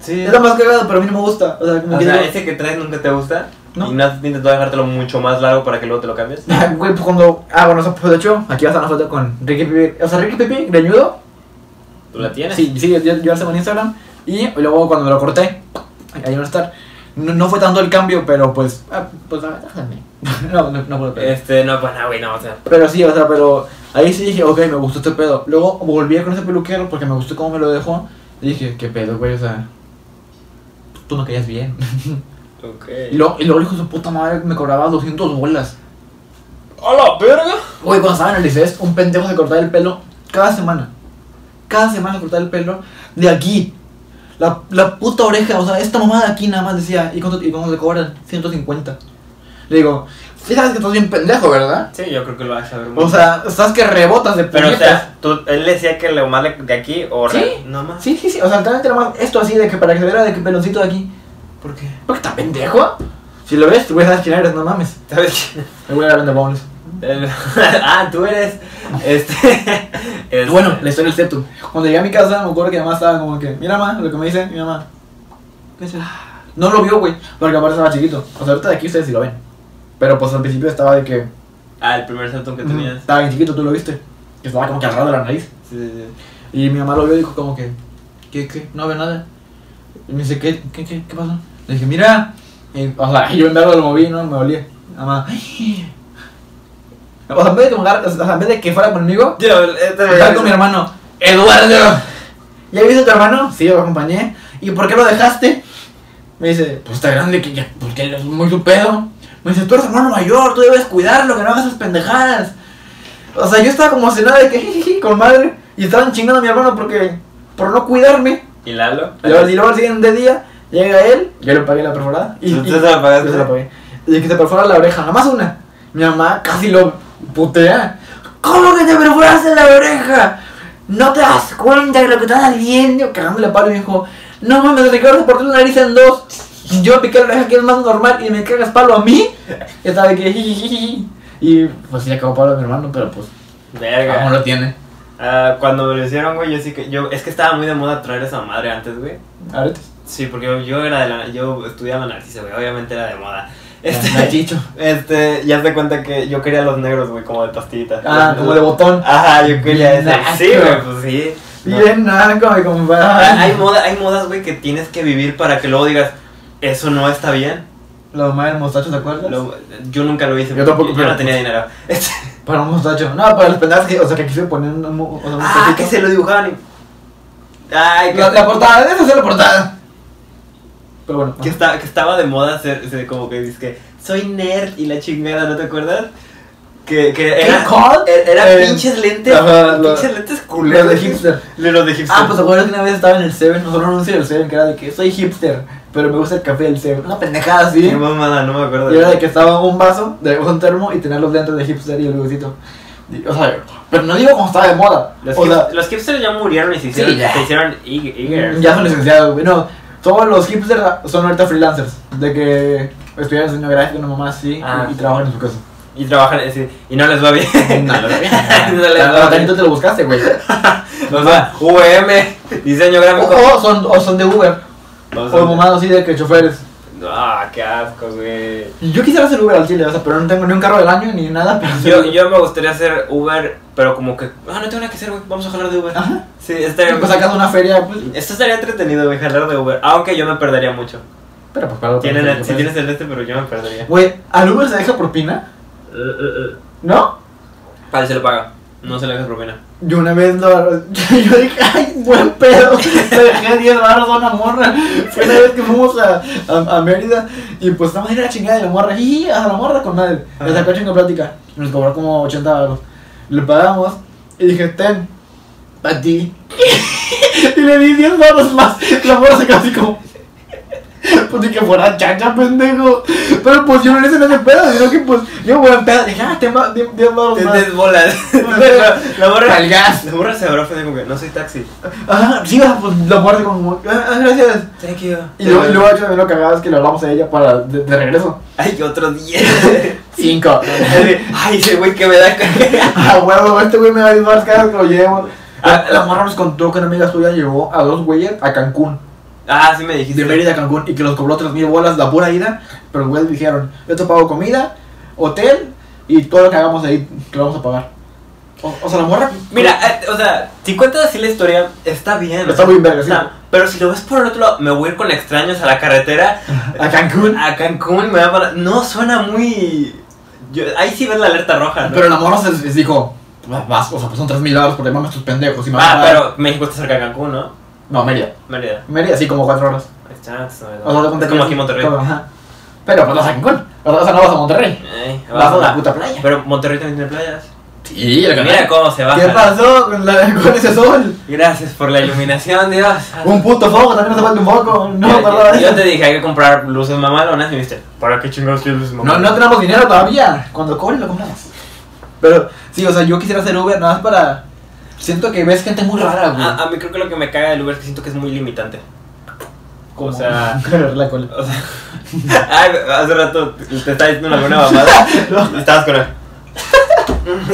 Speaker 1: Sí.
Speaker 2: Es lo más cagado, pero a mí no me gusta. O sea, como
Speaker 1: O
Speaker 2: que
Speaker 1: sea,
Speaker 2: digo-
Speaker 1: ese que traes nunca te gusta
Speaker 2: No.
Speaker 1: y no has intentado dejártelo mucho más largo para que luego te lo cambies.
Speaker 2: Güey, pues cuando. Ah, bueno, eso, pues de hecho, aquí vas a una foto con Ricky Pipi. O sea, Ricky Pipi, greñudo.
Speaker 1: ¿Tú la tienes?
Speaker 2: Sí, sí, yo, yo la tengo en Instagram. Y luego cuando me lo corté, ahí va a estar. No, no fue tanto el cambio, pero pues. Ah, pues nada, déjame. No, no, no puedo pero-
Speaker 1: Este, no, pues no, güey, no, o sea...
Speaker 2: Pero sí, o sea, pero ahí sí dije, ok, me gustó este pedo. Luego volví con ese peluquero porque me gustó cómo me lo dejó. Y dije, qué pedo, güey, o sea. Tú me caías bien.
Speaker 1: Ok.
Speaker 2: Y luego, y luego el hijo de su puta madre me cobraba 200 bolas.
Speaker 1: ¡A la verga!
Speaker 2: Güey, cuando estaba en el ICES, un pendejo se cortaba el pelo cada semana. Cada semana se cortaba el pelo de aquí. La, la puta oreja, o sea, esta mamada aquí nada más decía, ¿y cuánto, ¿y cuánto te cobran? 150. Le digo, Sí sabes que estás bien pendejo, ¿verdad?
Speaker 1: Sí, yo creo que lo vas a saber muy
Speaker 2: O sea, estás que rebotas de
Speaker 1: Pero, o
Speaker 2: puñetas.
Speaker 1: sea, tú, él decía que lo más de- de aquí o
Speaker 2: Sí.
Speaker 1: re- no más.
Speaker 2: Sí, sí, sí. O sea, literalmente nomás esto así de que para que se viera de que peloncito de aquí.
Speaker 1: ¿Por qué?
Speaker 2: ¿Por qué tan pendejo? Si lo ves, tú sabes quién eres, no mames.
Speaker 1: ¿Sabes quién?
Speaker 2: El güey hablando de Bones.
Speaker 1: El- ah, tú eres. Este. este-
Speaker 2: Bueno, la historia del septum. Cuando llegué a mi casa, me acuerdo que mi mamá estaba como que, mira mamá, lo que me dice mi mamá. ¿Qué es eso? No lo vio, güey, porque aparte estaba chiquito. O sea, ahorita de aquí ustedes sí lo ven. Pero pues al principio estaba de que,
Speaker 1: Ah, el primer salto que
Speaker 2: ujú,
Speaker 1: tenías.
Speaker 2: estaba bien chiquito, tú lo viste. Que estaba como que agarrado de la nariz.
Speaker 1: Sí, sí, sí.
Speaker 2: Y mi mamá lo vio y dijo como que, ¿qué, qué? No veo nada. Y me dice, ¿qué, qué, qué, qué pasó? Le dije, mira. Y, o sea, yo en verlo lo moví, no, me dolía. Mamá, "Ay". O sea, en vez de que, me agarra- o sea, en vez de que fuera conmigo,
Speaker 1: Yo, este
Speaker 2: Estaba con mi hermano, Eduardo. ¿Ya viste a tu hermano? Sí, lo acompañé. ¿Y por qué lo dejaste? Me dice, pues está grande, que ya, porque es muy su pedo. Me dice, tú eres hermano mayor, tú debes cuidarlo, que no hagas esas pendejadas. O sea, yo estaba como emocionado de que, jijiji, con madre. Y estaban chingando a mi hermano porque, por no cuidarme.
Speaker 1: ¿Y Lalo?
Speaker 2: Y luego, y luego al siguiente día, llega él, yo le pagué la perforada. Y,
Speaker 1: Tú- tú
Speaker 2: y-
Speaker 1: se la pagaste.
Speaker 2: Yo se la pagué. Y que se perfora la oreja, nada más una. Mi mamá casi lo putea. ¿Cómo que te perforaste la oreja? ¿No te das cuenta de lo que estás haciendo? Cagándole a palo y me dijo, no mames, Ricardo, por tu nariz en dos. Yo piqué la oreja que es más normal y me cagas palo a mí. Y estaba de que jijijiji. Y pues sí le acabó palo a mi hermano, pero pues
Speaker 1: Verga.
Speaker 2: aún lo tiene.
Speaker 1: Ah, cuando me lo hicieron, güey, yo sí que. Yo, es que estaba muy de moda traer esa madre antes, güey.
Speaker 2: Aretes.
Speaker 1: Sí, porque yo, yo era de la. Yo estudiaba narcisa, güey. Obviamente era de moda.
Speaker 2: La
Speaker 1: Este.
Speaker 2: chicho.
Speaker 1: Este, ya te cuenta que yo quería los negros, güey, como de pastillita.
Speaker 2: Ah, como de botón.
Speaker 1: Ajá, yo quería ese.
Speaker 2: Nacho.
Speaker 1: Sí, güey, pues sí. No.
Speaker 2: Bien, nada, como mi compadre.
Speaker 1: Hay, moda, hay modas, güey, que tienes que vivir para que luego digas, eso no está bien.
Speaker 2: Lo mamá del mostacho, ¿te acuerdas?
Speaker 1: Lo- yo nunca lo hice.
Speaker 2: Yo
Speaker 1: porque
Speaker 2: tampoco,
Speaker 1: Yo
Speaker 2: pero- pues
Speaker 1: no tenía dinero. Este,
Speaker 2: Para un mostacho. No, para los pendejos que, o sea, que quise poner un, un, o sea, un
Speaker 1: ah,
Speaker 2: mostachito.
Speaker 1: que se lo dibujaban y... Ay, que,
Speaker 2: La, la portada, debes hacer la portada. Pero bueno.
Speaker 1: que, esta- que estaba de moda hacer, hacer como que dices que soy nerd y la chingada, ¿no te acuerdas? Que, que era...
Speaker 2: call?
Speaker 1: er- Era
Speaker 2: Eh,
Speaker 1: pinches lentes,
Speaker 2: ajá, lo-
Speaker 1: pinches lentes culeros.
Speaker 2: Los de hipster.
Speaker 1: De los de hipster.
Speaker 2: Ah, pues te acuerdas que una vez estaba en el Seven, nosotros no en el Seven, que era de que soy hipster, pero me gusta el café del Seven. Una pendejada así.
Speaker 1: Qué mamada, no me acuerdo.
Speaker 2: Y era de que estaba un vaso, de un termo y tener los lentes de hipster y el huesito. Y, O sea, pero no digo como estaba de moda.
Speaker 1: Los,
Speaker 2: o
Speaker 1: hip-
Speaker 2: sea,
Speaker 1: los hipsters ya murieron y se hicieron,
Speaker 2: ya. Mm,
Speaker 1: se hicieron ig- igers.
Speaker 2: Ya son licenciados, güey. No, todos los hipsters son ahorita freelancers. De que estudian diseño gráfico, una mamá así,
Speaker 1: Ah.
Speaker 2: y, y trabajan en su casa.
Speaker 1: Y trabajan así, y no les va bien.
Speaker 2: No,
Speaker 1: les va bien.
Speaker 2: te lo buscaste, güey.
Speaker 1: O sea, UM, diseño gráfico.
Speaker 2: O, o son, o son de Uber.
Speaker 1: No sé.
Speaker 2: O mamados así de que choferes.
Speaker 1: Ah, qué asco, güey.
Speaker 2: Yo quisiera hacer Uber al Chile, o sea, pero no tengo ni un carro del año ni nada. Pero
Speaker 1: Yo, yo me gustaría hacer Uber, pero como que. Ah, no tengo nada que hacer, güey. Vamos a jalar de Uber.
Speaker 2: Ajá.
Speaker 1: Sí, estaría.
Speaker 2: Ah. Pues sacas una feria, pues.
Speaker 1: Esto estaría entretenido, güey, jalar de Uber. Aunque yo me perdería mucho.
Speaker 2: Pero pues para
Speaker 1: Tienen el- sí tienes el este, pero yo me perdería.
Speaker 2: Güey, ¿al Uber se deja propina? ¿No?
Speaker 1: Vale, se lo paga. No se le dejas propina.
Speaker 2: Yo una vez lo. Yo dije, ay, buen pedo. Le dejé 10 baros a una morra. Fue una vez que fuimos a, a, a Mérida y pues estamos ahí a la chingada de la morra. Y a la morra con madre. Le
Speaker 1: Ajá.
Speaker 2: sacó chingo plática. Nos cobró como 80 baros. Le pagamos y dije, ten, para ti. y le di 10 baros más. La morra se quedó así como. Pues ni que fuera chacha, pendejo. Pero pues yo no le hice nada de pedo, sino que pues yo buen pedo. Dije, ah, te ma- 10 baros
Speaker 1: Te
Speaker 2: más.
Speaker 1: desbolas. La morra.
Speaker 2: Al gas.
Speaker 1: La morra se habrá ofendido como que no soy taxi.
Speaker 2: Ajá, sí, ah, pues la muerte como, ah, ah, gracias.
Speaker 1: Thank you.
Speaker 2: Y luego, y luego de hecho, también lo cagado es que le hablamos a ella para de, de regreso.
Speaker 1: Ay, otro día.
Speaker 2: Cinco.
Speaker 1: Ay, ese güey que me da caca.
Speaker 2: ah, huevo, este güey me va a ir más caras que lo llevo. La, Ah, la morra nos contó que una amiga suya llevó a dos güeyes a Cancún,
Speaker 1: Ah, sí me dijiste.
Speaker 2: de Mérida a Cancún, y que los cobró 3.000 bolas la pura ida, pero los güeyes dijeron, yo te pago comida, hotel y todo lo que hagamos ahí, que lo vamos a pagar. O, o sea, la morra...
Speaker 1: Mira, eh, o sea, si cuentas así la historia, está bien.
Speaker 2: Está
Speaker 1: o sea,
Speaker 2: muy verga, sí.
Speaker 1: está- Pero si lo ves por el otro lado, me voy a ir con extraños a la carretera,
Speaker 2: a Cancún.
Speaker 1: a Cancún, me va para. No, suena muy. yo- ahí sí ves la alerta roja, ¿no?
Speaker 2: Pero la morra se se dijo, vas, o sea, pues son 3.000 dólares porque mames tus pendejos y me vas a
Speaker 1: ah,
Speaker 2: pagar".
Speaker 1: pero México está cerca de Cancún, ¿no?
Speaker 2: No, Mérida.
Speaker 1: Mérida.
Speaker 2: Mérida sí como 4 horas.
Speaker 1: Ahí está, es
Speaker 2: O sea, te
Speaker 1: es
Speaker 2: cuenta que-
Speaker 1: como aquí en Monterrey.
Speaker 2: todo, ajá. Pero pues vas a Cancún. O sea, no vas a Monterrey.
Speaker 1: Eh,
Speaker 2: Vas a la puta playa.
Speaker 1: Pero Monterrey también tiene playas.
Speaker 3: Sí, la
Speaker 1: Mira
Speaker 3: canal.
Speaker 1: cómo se baja.
Speaker 2: ¿Qué pasó con, la- con ese sol?
Speaker 1: Gracias por la iluminación, Dios.
Speaker 2: Un puto foco, también hace falta un foco. No,
Speaker 1: Mira,
Speaker 2: perdón.
Speaker 1: Yo te dije, hay que comprar luces mamalonas y me dijiste, ¿para qué chingados quieres luces
Speaker 2: No,
Speaker 1: mamalonas?
Speaker 2: no tenemos dinero todavía. Cuando cobre lo compramos. Pero, sí, o sea, yo quisiera hacer Uber nada más para. Siento que ves gente muy rara, güey.
Speaker 1: A, a mí creo que lo que me caga del Uber es que siento que es muy limitante. o sea-
Speaker 2: la cola.
Speaker 1: O sea, ay, hace rato te te estaba diciendo alguna mamada y estabas con él.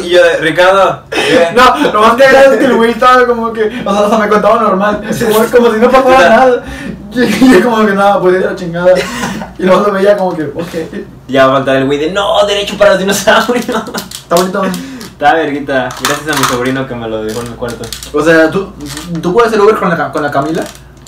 Speaker 1: Y yo, de, Ricardo, eh,
Speaker 2: No, lo más que era es que el güey estaba como que. O sea, hasta me contaba normal. Como, como si no pasara nada. Y y yo, como que nada, pues era chingada. Y luego lo veía como que, ok,
Speaker 1: ya va a faltar el güey de no, derecho para los dinosaurios.
Speaker 2: está bonito.
Speaker 1: Está verguita, gracias a mi sobrino que me lo dejó en el cuarto.
Speaker 2: O sea, tú, tú puedes hacer Uber con la, Ca- con la Camila.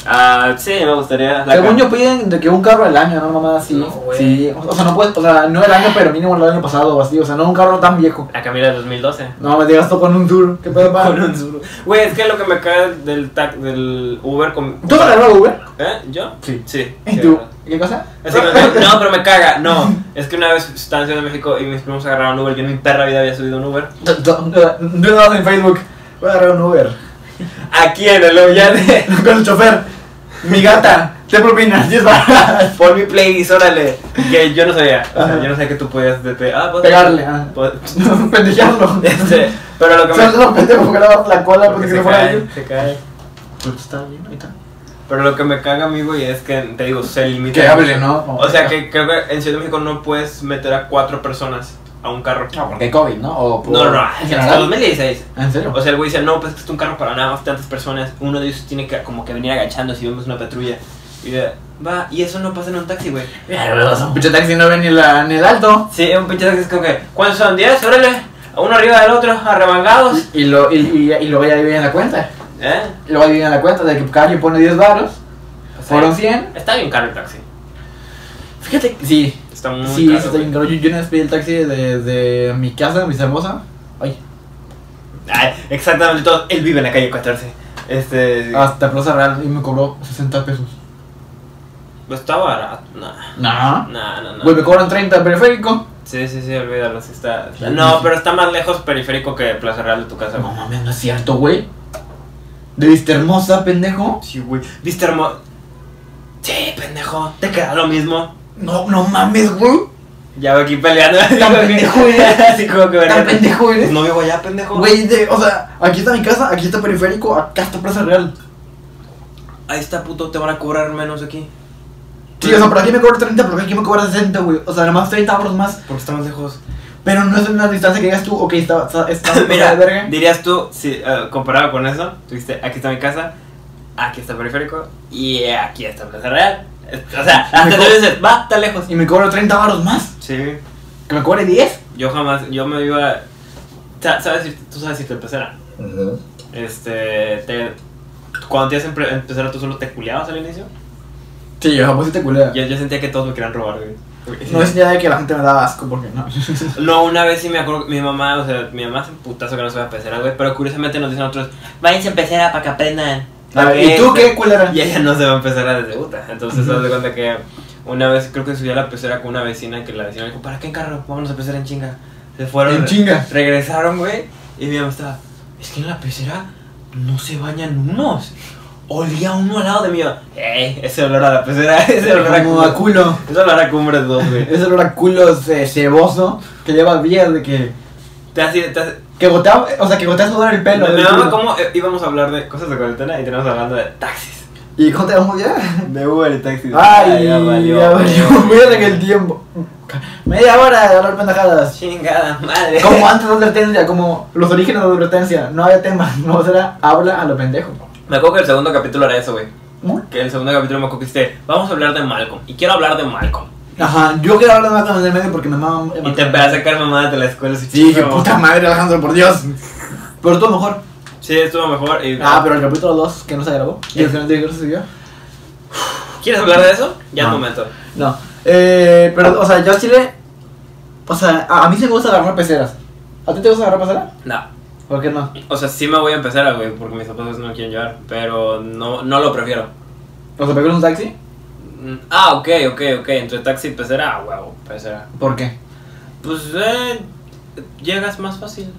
Speaker 1: Ah, sí, me gustaría. la
Speaker 2: Según
Speaker 1: ca-
Speaker 2: yo piden de que un carro al año, no mamá así.
Speaker 1: No, güey.
Speaker 2: sí. O o sea, no puedes, o sea, no el año, pero mínimo el año pasado o así. O sea, no un carro tan viejo.
Speaker 1: La Camila de 2012.
Speaker 2: No, me digas tú con un duro. ¿Qué pedo, pa?
Speaker 1: Con un Zuru. Güey, es que lo que me cae del, tac- del Uber con.
Speaker 2: ¿Tú vas a agarrar Uber?
Speaker 1: ¿Eh? ¿Yo?
Speaker 2: Sí.
Speaker 1: Sí.
Speaker 2: ¿Y tú? ¿Qué cosa?
Speaker 1: Así que, no, pero me caga, no. Es que una vez estaba en Ciudad de México y mis primos agarraron Uber. Yo en mi perra vida había subido un Uber.
Speaker 2: No, no, no, no, no, en Facebook. Voy a agarrar un Uber.
Speaker 1: Aquí en el Ollane.
Speaker 2: Con el chofer. Mi gata. ¿Qué propinas? 10 balas.
Speaker 1: Pon mi playlist, órale. Que yo no sabía. O sea, yo no sabía que tú podías de, de- ah, pues,
Speaker 2: Pegarle, ah.
Speaker 1: pues,
Speaker 2: Pendejearlo.
Speaker 1: este, pero lo que me.
Speaker 2: Solo lo pendejo porque grabar la cola porque se
Speaker 1: se
Speaker 2: me fue a
Speaker 1: cae,
Speaker 2: ir.
Speaker 1: se cae.
Speaker 2: Pues está bien, ahorita.
Speaker 1: Pero lo que me caga, amigo, y es que te digo, se limita.
Speaker 2: Que hable, ¿no?
Speaker 1: O sea, que creo que en Ciudad de México no puedes meter a cuatro personas a un carro.
Speaker 2: No, porque hay COVID, ¿no? O por-
Speaker 1: No, no, no.
Speaker 2: Ah, ¿En
Speaker 1: Hasta
Speaker 2: general?
Speaker 1: 2016.
Speaker 2: Ah, ¿En serio?
Speaker 1: O sea, el güey dice, no, pues este es un carro para nada más tantas personas. Uno de ellos tiene que como que venir agachando si vemos una patrulla. Y de, va, y eso no pasa en un taxi, güey.
Speaker 2: Un pinche taxi no ve ni, la, ni el alto.
Speaker 1: Sí, es un pinche taxi es como que, ¿cuántos son? ¿10? Órale, uno arriba del otro, arremangados.
Speaker 2: Y, y lo, y, y, y lo voy a dividir en la cuenta.
Speaker 1: ¿Eh?
Speaker 2: Lo voy a dividir en la cuenta de que cada quien pone 10 baros.
Speaker 1: O sea,
Speaker 2: Fueron 100.
Speaker 1: Está bien caro el taxi.
Speaker 2: Fíjate que Mm, sí.
Speaker 1: Está muy
Speaker 2: sí,
Speaker 1: caro.
Speaker 2: sí, está bien caro. Yo, yo una vez pedí el taxi desde mi casa, mi hermosa. Ay,
Speaker 1: Ay, exactamente, todo. Él vive en la calle 14. Este.
Speaker 2: hasta Plaza Real y me cobró 60 pesos.
Speaker 1: Pues está barato. No,
Speaker 2: Nah.
Speaker 1: no, no. no.
Speaker 2: Güey, me cobran 30 en periférico.
Speaker 1: Sí, sí, sí, olvídalo. sí está...
Speaker 2: Sí, sí,
Speaker 1: no,
Speaker 2: sí.
Speaker 1: pero está más lejos periférico que Plaza Real de tu casa.
Speaker 2: No mames, no es cierto, güey. De vista hermosa, pendejo.
Speaker 1: Sí, güey. ¿Viste hermoso? Sí, pendejo. Te queda lo mismo.
Speaker 2: No, no mames, güey.
Speaker 1: Ya voy aquí peleando.
Speaker 2: Tan pendejo eres.
Speaker 1: Así como que
Speaker 2: Tan
Speaker 1: ¿verdad?
Speaker 2: pendejo eres.
Speaker 1: No vivo allá, pendejo.
Speaker 2: Güey, de- o sea, aquí está mi casa, aquí está periférico, acá está Plaza Real.
Speaker 1: Ahí está, puto. Te van a cobrar menos aquí.
Speaker 2: Sí, o sea, por aquí me cobra 30, por aquí me cobra 60, güey. O sea, nomás 30 euros más.
Speaker 1: Porque está más lejos.
Speaker 2: Pero no es una distancia que digas tú, ok, está, está, está pasada
Speaker 1: Mira,
Speaker 2: de verga.
Speaker 1: dirías tú, si eh, comparado con eso, tú dijiste, aquí está mi casa, aquí está periférico y aquí está Plaza Real. O sea,
Speaker 2: Me
Speaker 1: hasta tú
Speaker 2: co-
Speaker 1: dices, va, está lejos.
Speaker 2: Y me cobra 30 baros más.
Speaker 1: Sí.
Speaker 2: Que me cobre 10.
Speaker 1: Yo jamás, yo me iba. sa- ¿Sabes si, tú sabes si te empezara? Este. Te, cuando te hacen pre- empezar tú solo te culeabas al inicio.
Speaker 2: Sí, yo pues sí te culea.
Speaker 1: Yo, yo sentía que todos me querían robar, güey.
Speaker 2: No es idea de que la gente me da asco porque no.
Speaker 1: No, una vez sí me acuerdo que mi mamá, o sea, mi mamá hace un putazo que no se a pecera, güey. Pero curiosamente nos dicen a otros, váyanse a pecera para que aprendan.
Speaker 2: A ver, Ah, ¿Y tú qué culera?
Speaker 1: Y ella no se va a empezar a desde puta. Entonces, se de cuenta que una vez, creo que subí a la pecera con una vecina que la vecina dijo, ¿para qué en carro? Vámonos a pecera en chinga. Se fueron.
Speaker 2: En chinga.
Speaker 1: Regresaron, güey. Y mi mamá estaba, es que en la pecera no se bañan unos. Olía uno al lado de mí. yo, ¡Ey! Ese olor a la pecera, ese olor a
Speaker 2: Como a
Speaker 1: cumbres.
Speaker 2: culo.
Speaker 1: Ese olor a cumbres dos, güey.
Speaker 2: Ese olor a culo ce- ceboso que lleva días de que.
Speaker 1: Te hace, te hace-
Speaker 2: Que gotea, o sea, que gotea sudor el pelo.
Speaker 1: Me- me
Speaker 2: del
Speaker 1: mama
Speaker 2: culo.
Speaker 1: cómo eh, íbamos a hablar de cosas de cuarentena y tenemos hablando de taxis.
Speaker 2: ¿Y cómo te vamos ya?
Speaker 1: De Uber y taxis.
Speaker 2: Ay, ya valió. Ya Mira que el tiempo. Media hora de hablar pendejadas.
Speaker 1: Chingada madre.
Speaker 2: Como antes de advertencia, como los orígenes de advertencia, no había tema, no será habla a lo pendejo.
Speaker 1: Me acuerdo que el segundo capítulo era eso, güey.
Speaker 2: ¿No?
Speaker 1: Que el segundo capítulo me acuerdo que dijiste, vamos a hablar de Malcolm. Y quiero hablar de Malcolm.
Speaker 2: Ajá, yo quiero hablar más con el del medio porque me mama.
Speaker 1: Y te empecé a sacar mamadas de la escuela. así,
Speaker 2: Sí, dije,
Speaker 1: pero-
Speaker 2: puta madre, Alejandro, por Dios. Pero todo mejor.
Speaker 1: Sí, estuvo mejor. y-
Speaker 2: Ah, pero el capítulo 2 que no se grabó y el final de se subió.
Speaker 1: ¿Quieres hablar de eso? Ya es
Speaker 2: No.
Speaker 1: momento.
Speaker 2: No, eh, pero, o sea, yo a Chile. O sea, a, a mí sí me gusta agarrar peceras. ¿A ti te gusta agarrar peceras?
Speaker 1: No.
Speaker 2: ¿Por qué no?
Speaker 1: O sea, sí me voy a empezar, a, güey, porque mis zapatos no quieren llevar. Pero no, no lo prefiero.
Speaker 2: ¿O sea, pegar un taxi?
Speaker 1: Mm, Ah, ok, ok, ok. Entre taxi y pecera, ah, huevo, pecera.
Speaker 2: ¿Por qué?
Speaker 1: Pues eh, llegas más fácil.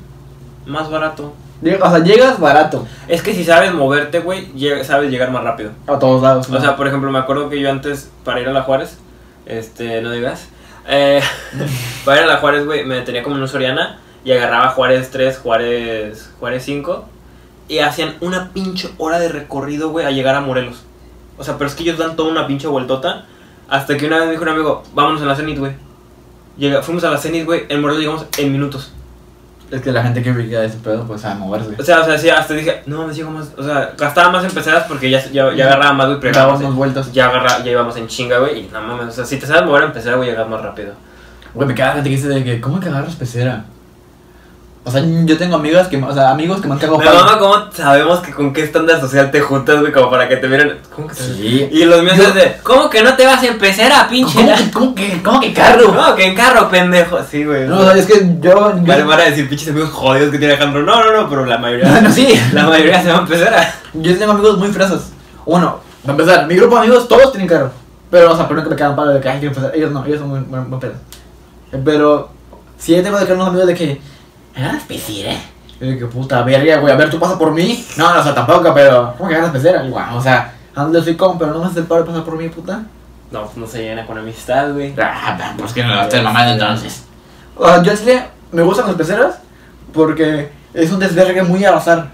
Speaker 1: más barato.
Speaker 2: Llega- O sea, llegas barato
Speaker 1: Es que si sabes moverte, güey, lleg- sabes llegar más rápido.
Speaker 2: a todos lados.
Speaker 1: O sea, por ejemplo, me acuerdo que yo antes, para ir a la Juárez, este, no digas, eh, para ir a la Juárez, güey, me detenía como en un Soriana y agarraba Juárez 3, Juárez, Juárez 5 y hacían una pinche hora de recorrido, güey, a llegar a Morelos. O sea, pero es que ellos dan toda una pinche vueltota hasta que una vez me dijo un amigo, vámonos a la Cenit, güey. Llega, fuimos a la Cenit, güey, en Morelos llegamos en minutos.
Speaker 2: es que la gente que brilla de ese pedo, pues a moverse.
Speaker 1: O sea, o sea, sí, hasta dije, no, me sigo más, o sea, gastaba más en pesadas porque ya, ya, ya agarraba más, güey, pero
Speaker 2: Daba
Speaker 1: no sé.
Speaker 2: unas vueltas.
Speaker 1: ya agarra, ya íbamos en chinga, güey, y no mames, o sea, si te sabes mover a empezar, güey, llegas más rápido.
Speaker 2: Güey, me caga la gente que dice de que, ¿cómo que agarras pecera? O sea, yo tengo amigas que, o sea, amigos que me han cagado
Speaker 1: Me
Speaker 2: palo.
Speaker 1: mama cómo sabemos que con qué estándar social te juntas, güey, como para que te miren, ¿cómo que te-
Speaker 2: Sí.
Speaker 1: Y los míos
Speaker 2: Yo-
Speaker 1: es de, ¿cómo que no te vas a empezar a pinche?
Speaker 2: ¿Cómo que, cómo que, cómo que carro?
Speaker 1: No, que en carro, pendejo, sí, güey.
Speaker 2: No, o sea, es que yo... yo-
Speaker 1: Vale, para decir pinches amigos jodidos que tiene Alejandro, no, no, no, pero la
Speaker 2: No,
Speaker 1: mayoría,
Speaker 2: no, sí.
Speaker 1: la mayoría se va a empezar a...
Speaker 2: Yo tengo amigos muy fresas. Bueno, para empezar, mi grupo de amigos todos tienen carro. Pero, o sea, pero no que me cagan palo de que hay que empezar. Ellos no, ellos son muy, muy, muy pedos. Eh, Pero, si yo tengo de que unos amigos de que. ¿Agarras pecera? Yo digo, que puta verga, güey. A ver, tú pasas por mí. No, no, o sea, tampoco, pero. ¿Cómo que agarras pecera? Igual, o sea, ando soy con, pero no me haces el paro de pasar por mí, puta.
Speaker 1: No, pues no se llena con amistad, güey.
Speaker 2: Ah, pues que
Speaker 1: no le vas a hacer mamada, entonces.
Speaker 2: O sea, yo en Chile me gustan las peceras porque es un desvergue muy al azar.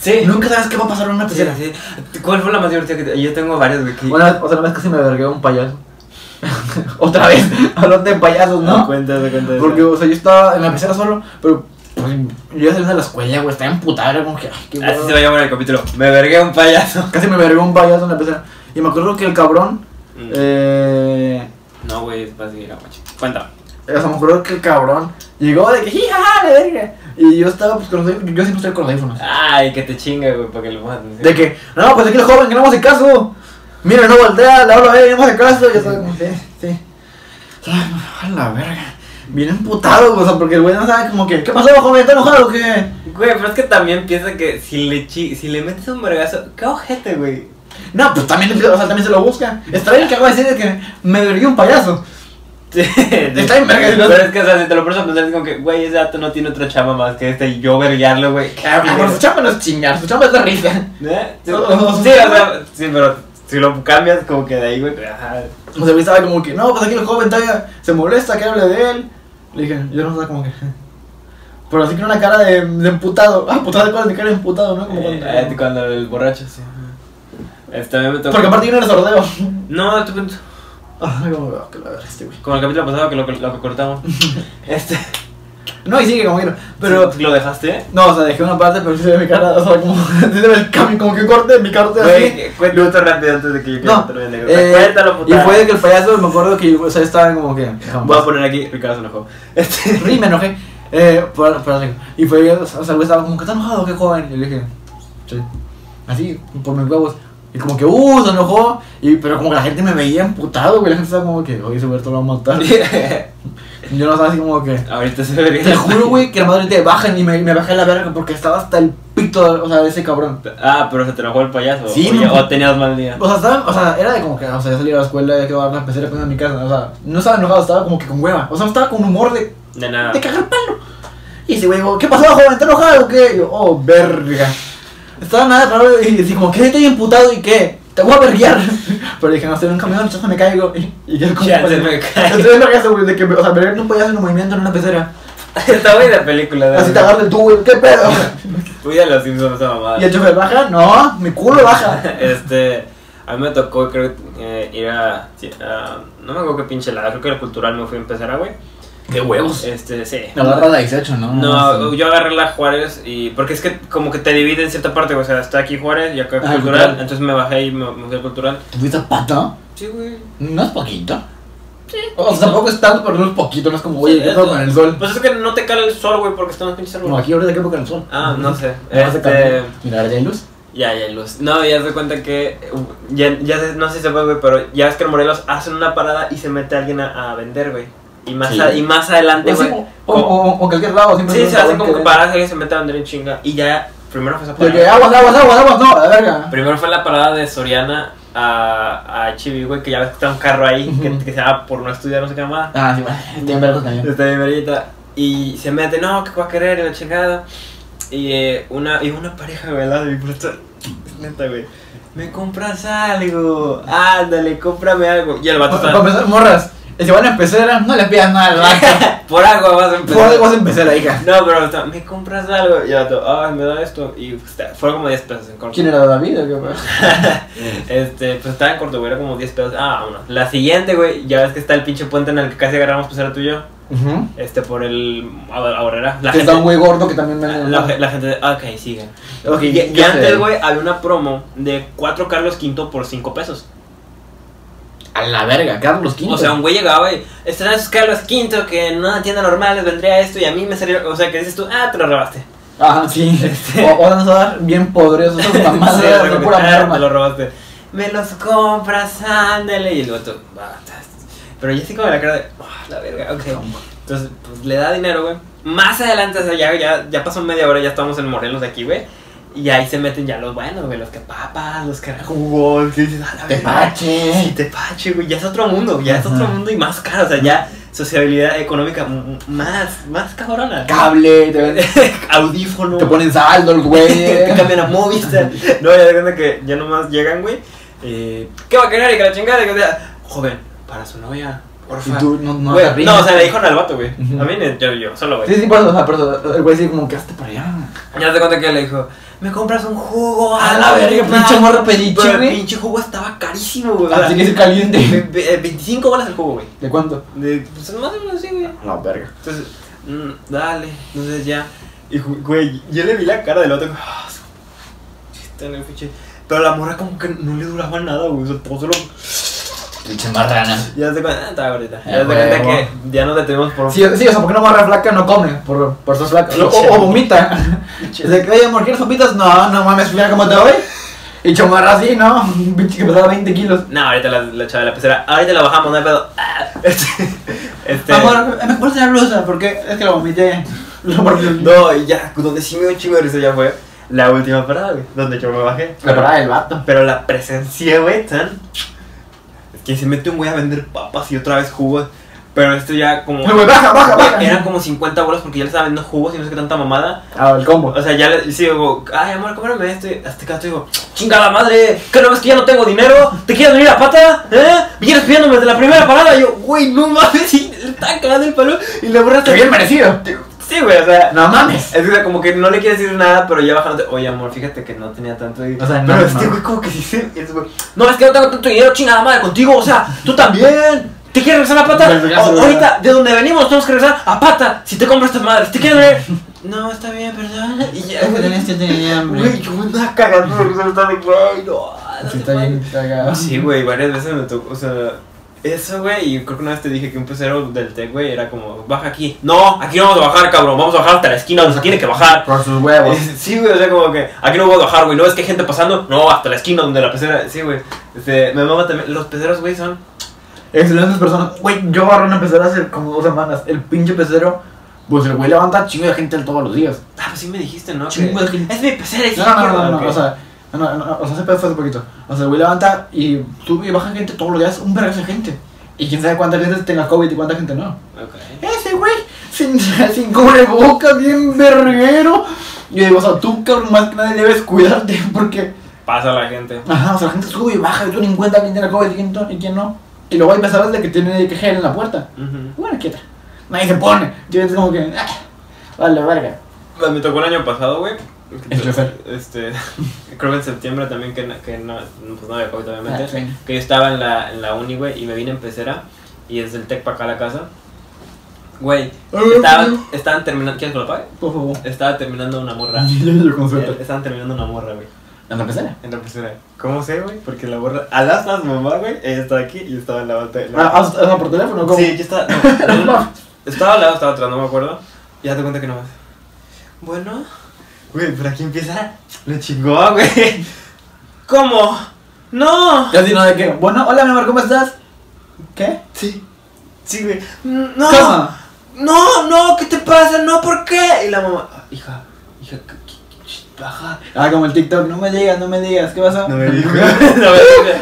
Speaker 1: Sí.
Speaker 2: Nunca sabes qué va a pasar en una
Speaker 1: Sí,
Speaker 2: pecera.
Speaker 1: sí. pues, ¿Cuál fue la más divertida que te... Yo tengo varias, güey, que...
Speaker 2: Una, otra vez casi me vergué un payaso. otra vez, hablando de payasos,
Speaker 1: No,
Speaker 2: ¿no?
Speaker 1: cuenta, no cuenta.
Speaker 2: Porque, o sea, yo estaba en la pecera solo, pero pues, yo saliendo de la escuela, güey, estaba emputado, era como que, ay, qué
Speaker 1: Así se
Speaker 2: hueva.
Speaker 1: va a llamar el capítulo. Me vergué un payaso.
Speaker 2: Casi me vergué un payaso en la pecera. Y me acuerdo que el cabrón,
Speaker 1: Mm.
Speaker 2: eh,
Speaker 1: No, güey, es para seguir a guacho. Cuenta.
Speaker 2: o sea, me acuerdo que el cabrón llegó de que, jajaja, la verga. Y yo estaba, pues, con los, yo siempre estoy con los audífonos.
Speaker 1: Ay, que te chinga, güey, para que lo pongas atención.
Speaker 2: De que, no, pues aquí el joven, que no me hace caso. Mira, no voltea, le hablo a él, no me hace caso. Yo estaba como, sí, sí. Ay, A la verga. Bien emputado, o sea, porque el güey no sabe como que, ¿qué pasó, joven? ¿Está enojado o qué?
Speaker 1: Güey, pero es que también piensa que si le, chi- si le metes un vergazo, qué ojete, güey.
Speaker 2: No, pues también, o sea, también se lo busca. Está bien que acaba de decir de que me vergué un payaso.
Speaker 1: Está
Speaker 2: en verga, ¿no?
Speaker 1: Pero es que, o sea, si te lo pones a pensar, es como que, güey, ese dato no tiene otra chama más que este y yo verguearlo, güey. ¿Qué
Speaker 2: Ah, Bueno, su
Speaker 1: haces?
Speaker 2: chamba no es chingar, su chamba es la risa.
Speaker 1: ¿Eh? Sí,
Speaker 2: No, no, no.
Speaker 1: sí, o sea, sí, pero si lo cambias, como que de ahí, güey. Ajá.
Speaker 2: O sea, el güey estaba como que, no, pues aquí el joven todavía se molesta que hable de él. Le dije, yo no estaba como que. eh. Pero así que una cara de, de emputado. Ah, putada de cuál es mi cara de emputado, ¿no? Como
Speaker 1: Eh,
Speaker 2: cuando-
Speaker 1: eh, cuando el borracho, sí. Este, a mí me tocó.
Speaker 2: Porque aparte yo no era sordeo.
Speaker 1: No, tú punto.
Speaker 2: Ah, como, ah, que la verga este güey.
Speaker 1: Como el capítulo pasado que lo, lo que cortamos. este.
Speaker 2: No, y sigue como quiero. Pero.
Speaker 1: ¿Lo dejaste?
Speaker 2: No, o sea, dejé una parte, pero sí se ve mi cara. O sea, como. sí se ve el cambio, como que un corte de mi cara. así.
Speaker 1: Güey, cuéntalo tú rápido antes de que yo
Speaker 2: No,
Speaker 1: termine de
Speaker 2: eh,
Speaker 1: Cuéntalo,
Speaker 2: y
Speaker 1: puta.
Speaker 2: fue de que el payaso, me acuerdo que o sea, estaba como que.
Speaker 1: Voy a poner aquí, Ricardo se enojó. Este.
Speaker 2: Rí, me enojé. Eh, por, por algo. Y fue, o sea, el güey estaba como que está enojado, qué joven. Y le dije, sí. Así, por mis huevos. Y como que, uh, se enojó. Y, pero como que la gente me veía emputado, güey. La gente estaba como que, oye, ese güey te lo va a matar. Yo no estaba así como que.
Speaker 1: Ahorita se ve
Speaker 2: Te juro, güey, que la madre te bajan y me, me bajé la verga porque estaba hasta el pito, o sea, de ese cabrón.
Speaker 1: Ah, pero se te enojó el payaso.
Speaker 2: Sí,
Speaker 1: o, ya-
Speaker 2: no.
Speaker 1: o tenías mal día.
Speaker 2: O sea, estaba, o sea, era de como que, o sea, ya salí a la escuela, ya que a la pecera, pues, en mi casa. O sea, no estaba enojado, estaba como que con hueva. O sea, estaba con humor de
Speaker 1: De nada.
Speaker 2: de cagar palo. Y ese güey, dijo, ¿qué pasó, joven? ¿Está enojado o qué? Y yo, oh, verga. Estaba nada raro y dije, como, ¿qué estoy imputado y qué? Te voy a verguiar. Pero dije, no, estoy en un camión, chazo, me caigo. Y, y yo, como,
Speaker 1: Ya se
Speaker 2: pues,
Speaker 1: me cae.
Speaker 2: Entonces, verga, güey, de que, o sea, verguiar un payaso en un movimiento en una pecera.
Speaker 1: Está muy de película, de
Speaker 2: Así te
Speaker 1: verdad.
Speaker 2: agarra el tú, güey, ¿qué pedo?
Speaker 1: Cuida los Simpsons esa mamada.
Speaker 2: Y el chofer baja, no, mi culo baja.
Speaker 1: Este, a mí me tocó, creo, eh, ir a, sí, a- No me acuerdo qué pinche lado, creo que el cultural me fui a empezar a, güey.
Speaker 2: Qué huevos.
Speaker 1: Este, sí.
Speaker 2: Agarra la 18, ¿no? Ah,
Speaker 1: No, yo agarré la Juárez y. Porque es que como que te divide en cierta parte, güey, O sea, está aquí Juárez y acá
Speaker 2: Ah,
Speaker 1: Cultural.
Speaker 2: Cultural.
Speaker 1: Entonces me bajé y me, me fui al Cultural.
Speaker 2: ¿Tuviste pato?
Speaker 1: Sí, güey.
Speaker 2: No es poquito. Sí. O sea, tampoco es tanto, pero no es poquito, no es como, oye,
Speaker 1: Sí,
Speaker 2: ¿qué pedo
Speaker 1: esto-
Speaker 2: con el sol?
Speaker 1: Pues es que no te cala el sol, güey, porque están los pinches
Speaker 2: Como
Speaker 1: árboles.
Speaker 2: aquí ahorita qué época el sol.
Speaker 1: Ah, no sé.
Speaker 2: No hace
Speaker 1: Este.
Speaker 2: calor. Mira, ahora ya hay luz.
Speaker 1: Ya, ya, luz. No, ya se cuenta que. uh, Ya, ya se- no sé si se puede, güey, pero ya es que en Morelos hacen una parada y se mete alguien a, a vender, güey. Y más,
Speaker 2: Sí.
Speaker 1: a- y más adelante,
Speaker 2: O,
Speaker 1: güey.
Speaker 2: sí, o, o, o- o cualquier lado, siempre
Speaker 1: Sí,
Speaker 2: es
Speaker 1: se
Speaker 2: un
Speaker 1: hacen
Speaker 2: cabrón
Speaker 1: como que
Speaker 2: ve.
Speaker 1: paradas, alguien se mete a vender en chinga. Y ya, primero fue esa
Speaker 2: De
Speaker 1: parada.
Speaker 2: que aguas, aguas, aguas, aguas, no, a la verga.
Speaker 1: Primero fue la parada de Soriana a, a Chibi, güey, que ya ves que está un carro ahí que,
Speaker 2: Ujú.
Speaker 1: que se llama por no estudiar, no sé qué más.
Speaker 2: Ah, sí, bueno, tienen vergos también.
Speaker 1: Está bien, verguita. Y se mete, no, que va a querer, y la chingada. Y eh, una, y una pareja, ¿verdad? De mi puesto. Neta, güey. Me compras algo. Ándale, cómprame algo. Y el vato
Speaker 2: Para
Speaker 1: está.
Speaker 2: empezar, morras, si van a empezar, no les pidas nada al vato.
Speaker 1: Por algo vas a
Speaker 2: Por
Speaker 1: empezar.
Speaker 2: algo vas a empezar, hija.
Speaker 1: No, pero está, me compras algo. Y el vato, ay, me da esto. Y pues, está- fueron como 10 pesos en corto.
Speaker 2: ¿Quién era David o qué fue?
Speaker 1: Este, pues estaba en corto, güey, era como 10 pesos. Ah, bueno. La siguiente, güey, ya ves que está el pinche puente en el que casi agarramos, pues era tuyo.
Speaker 2: Ujú.
Speaker 1: Este, por el. Ahorrera. La
Speaker 2: Que está
Speaker 1: gente.
Speaker 2: un güey gordo que también vende.
Speaker 1: La,
Speaker 2: ¿no?
Speaker 1: la gente. ah, Ok, sigan.
Speaker 2: Ok,
Speaker 1: Y, y
Speaker 2: yo sé.
Speaker 1: antes, güey, había una promo de 4 Carlos Quinto por 5 pesos.
Speaker 2: A la verga, Carlos V.
Speaker 1: O sea, un güey llegaba y. Están esos Carlos Quinto que en una tienda normal les vendría esto y a mí me salió. O sea, que dices tú, ah, te lo robaste.
Speaker 2: Ajá, sí. O, o vamos a dar bien podridos. Esas mamadas
Speaker 1: Sí,
Speaker 2: de
Speaker 1: lo
Speaker 2: hacer
Speaker 1: que-
Speaker 2: pura
Speaker 1: ah, te lo
Speaker 2: merma.
Speaker 1: robaste. Me los compras, ándale. Y el vato, va, tas- Pero yo así como la cara de, "Ah, la verga, ok. Entonces, pues le da dinero, güey. Más adelante, o sea, ya, ya, ya pasó media hora, ya estamos en Morelos aquí, güey. Y ahí se meten ya los buenos, güey, los que papas, los que jugó, que dices, "A la verga". Sí,
Speaker 2: Tepache.
Speaker 1: Tepache, güey, ya es otro mundo, ya es
Speaker 2: Ajá.
Speaker 1: otro mundo y más caro, o sea, ya sociabilidad económica m- m- más, más cabrona.
Speaker 2: Cable. Te, venden-
Speaker 1: Audífono.
Speaker 2: te ponen saldo el güey. eh.
Speaker 1: te cambian a Movistar. No, ya de cuenta que ya nomás llegan, güey. Eh, ¿Qué va a querer? Y que la chingada, que sea, joven, para su novia, porfa.
Speaker 2: Y tú no, no
Speaker 1: Güey,
Speaker 2: te ríes.
Speaker 1: no, o sea, le dijo al vato, güey.
Speaker 2: Ujú.
Speaker 1: A mí, ni- yo, yo, solo, güey.
Speaker 2: Sí, sí, por eso, o sea, por eso, el güey sí como que hazte para allá.
Speaker 1: Ya te cuenta que le dijo, me compras un jugo,
Speaker 2: A la verga, pinche morra pediche,
Speaker 1: Pero El
Speaker 2: güey. Ah,
Speaker 1: pinche jugo estaba carísimo, güey. o sea,
Speaker 2: Así que es
Speaker 1: ve-
Speaker 2: caliente.
Speaker 1: ve- eh, 25 bolas el jugo, güey.
Speaker 2: ¿De cuánto?
Speaker 1: De- Pues más o menos así, güey.
Speaker 2: No, verga.
Speaker 1: Entonces, mm, dale, entonces ya. Y ju- güey, yo le vi la cara del otro. ah, su- chiste, le piché. Pero la morra como que no le duraba nada, güey. O sea, todo se lo...
Speaker 2: Pinche marrana.
Speaker 1: Ya se cuenta, ah, estaba ahorita.
Speaker 2: Ah,
Speaker 1: Ya se cuenta
Speaker 2: huevo.
Speaker 1: que ya nos detuvimos por un
Speaker 2: Sí, sí, o sea, porque una morra flaca no come por, por ser flaca. O, o- o vomita.
Speaker 1: pinche-
Speaker 2: Dice que, oye, amor, ¿quieres sopitas? No, no mames, mira cómo te voy. Y chomarra así, ¿no? Un pinche que pesaba 20 kilos.
Speaker 1: No, ahorita la, la chava de la pecera. Ahorita la bajamos, no hay pedo. Ah, este. este
Speaker 2: Amor, me puse la blusa porque es que lo vomité. No, porque...
Speaker 1: No, y ya, donde sí me dio un chingo de risa ya fue la última parada, güey. Donde yo me bajé.
Speaker 2: La parada del vato.
Speaker 1: Pero la presencia, güey, tan. Es que se mete un güey a vender papas y otra vez jugos. Pero esto ya como.
Speaker 2: Güey, baja, baja, baja.
Speaker 1: Eran como 50 bolas porque ya le estaba vendiendo jugos y no sé qué tanta mamada.
Speaker 2: Ah, el combo.
Speaker 1: O sea, ya le sí, digo, ay amor, cómprame esto. Y Hasta que gato digo, chingada madre, ¿qué no ves que ya no tengo dinero? ¿Te quieres venir a pata? ¿Eh? ¿Vienes pidiéndome desde la primera parada? Y yo, güey, no mames, y le está cagando el palo y la borraste.
Speaker 2: Qué bien merecido.
Speaker 1: Sí, güey, o sea.
Speaker 2: No mames.
Speaker 1: Es que, o sea, como que no le quieres decir nada, pero ya bajándote, oye amor, fíjate que no tenía tanto dinero.
Speaker 2: O sea, no,
Speaker 1: pero este
Speaker 2: no.
Speaker 1: güey como que sí se. es güey, no, es que no tengo tanto dinero, chingada madre, contigo, o sea, tú también. ¿Te quieres regresar a
Speaker 2: Me
Speaker 1: pata?
Speaker 2: regazo,
Speaker 1: O-
Speaker 2: ¿verdad?
Speaker 1: ahorita, de donde venimos, tenemos que regresar a pata. Si te compras estas madres, ¿te quieres ver? No, está bien, perdón. Y ya, güey,
Speaker 2: tenía
Speaker 1: güey, yo me andaba cagando, de risa, estaba de, güey, no. no
Speaker 2: Sí,
Speaker 1: te
Speaker 2: está bien cagado.
Speaker 1: Ah, Sí, güey, varias veces me tocó, o sea, eso, güey, y creo que una vez te dije que un pecero del TEC, güey, era como, baja aquí. No, aquí no vamos a bajar, cabrón, vamos a bajar hasta la esquina donde se tiene que bajar.
Speaker 2: Por sus huevos.
Speaker 1: Sí, güey, o sea, como que, aquí no voy a bajar, güey, ¿no ves que hay gente pasando? No, hasta la esquina donde la pecera, sí, güey. Este, me mama también, los peceros, güey, son...
Speaker 2: Excelentes personas. Güey, yo agarré una pecera hace como dos semanas. El pinche pecero, pues el güey levanta chingo de gente todos los días.
Speaker 1: Ah, pues sí me dijiste, ¿no? Que-
Speaker 2: Chingo de gente.
Speaker 1: Es mi pecera, es
Speaker 2: No,
Speaker 1: mi
Speaker 2: no, no,
Speaker 1: izquierda,
Speaker 2: no, no,
Speaker 1: ok.
Speaker 2: o sea, no, no, no, o sea, ese pedo fue hace poquito. O sea, el güey levanta y sube y baja gente todos los días, un vergazo de gente. Y quién sabe cuántas veces tenga COVID y cuánta gente no.
Speaker 1: Ok.
Speaker 2: Ese güey, sin, sin cubrebocas, bien verguero. Yo digo, o sea, tú, cabrón, más que nadie debes cuidarte porque,
Speaker 1: Pasa la gente.
Speaker 2: ajá, o sea, la gente sube y baja y tú ni cuenta quién tiene COVID y quién, to- y quién no. Y luego hay personas de que tiene que gel en la puerta.
Speaker 1: Ujú.
Speaker 2: Bueno, quieta. Nadie se pone. Yo es como que, ah, vale, verga.
Speaker 1: Pues, Me tocó el año pasado, güey.
Speaker 2: El chofer.
Speaker 1: Este, creo que en septiembre también, que, na- que no, pues no había COVID, obviamente.
Speaker 2: Ah, sí.
Speaker 1: Que yo estaba en la, en la uni, güey, y me vine en pecera. Y desde el tech para acá a la casa. Güey, estaban, estaban terminando. ¿Quieres que lo pague?
Speaker 2: Por favor.
Speaker 1: Estaba terminando una morra.
Speaker 2: Yo, yo con suerte.
Speaker 1: Estaban terminando una morra, güey.
Speaker 2: ¿En la pecera?
Speaker 1: En la pecera. ¿Cómo sé, güey? Porque la morra. A las las mamá, güey. Ella estaba aquí y yo estaba en la bata. en la-
Speaker 2: Ah, ah, ah, por teléfono, ¿cómo?
Speaker 1: Sí, yo estaba. no, no, no. estaba al lado, estaba atrás, no me acuerdo. Y ya te cuenta que no más. Bueno, güey, por aquí empieza. Lo chingó, güey. ¿Cómo? ¡No!
Speaker 2: Casi no de qué. Bueno, hola mi amor, ¿cómo estás? ¿Qué?
Speaker 1: Sí. Sí, güey. Mm, ¡No!
Speaker 2: ¿Cómo?
Speaker 1: ¡No! ¡No! ¿Qué te pasa? ¿No? ¿Por qué? Y la mamá. "Ah, Hija, hija, ¿qué- qué- qué- baja.
Speaker 2: Ah, como el TikTok, no me digas, no me digas, ¿qué pasó?
Speaker 1: No me dijo. no me dijo.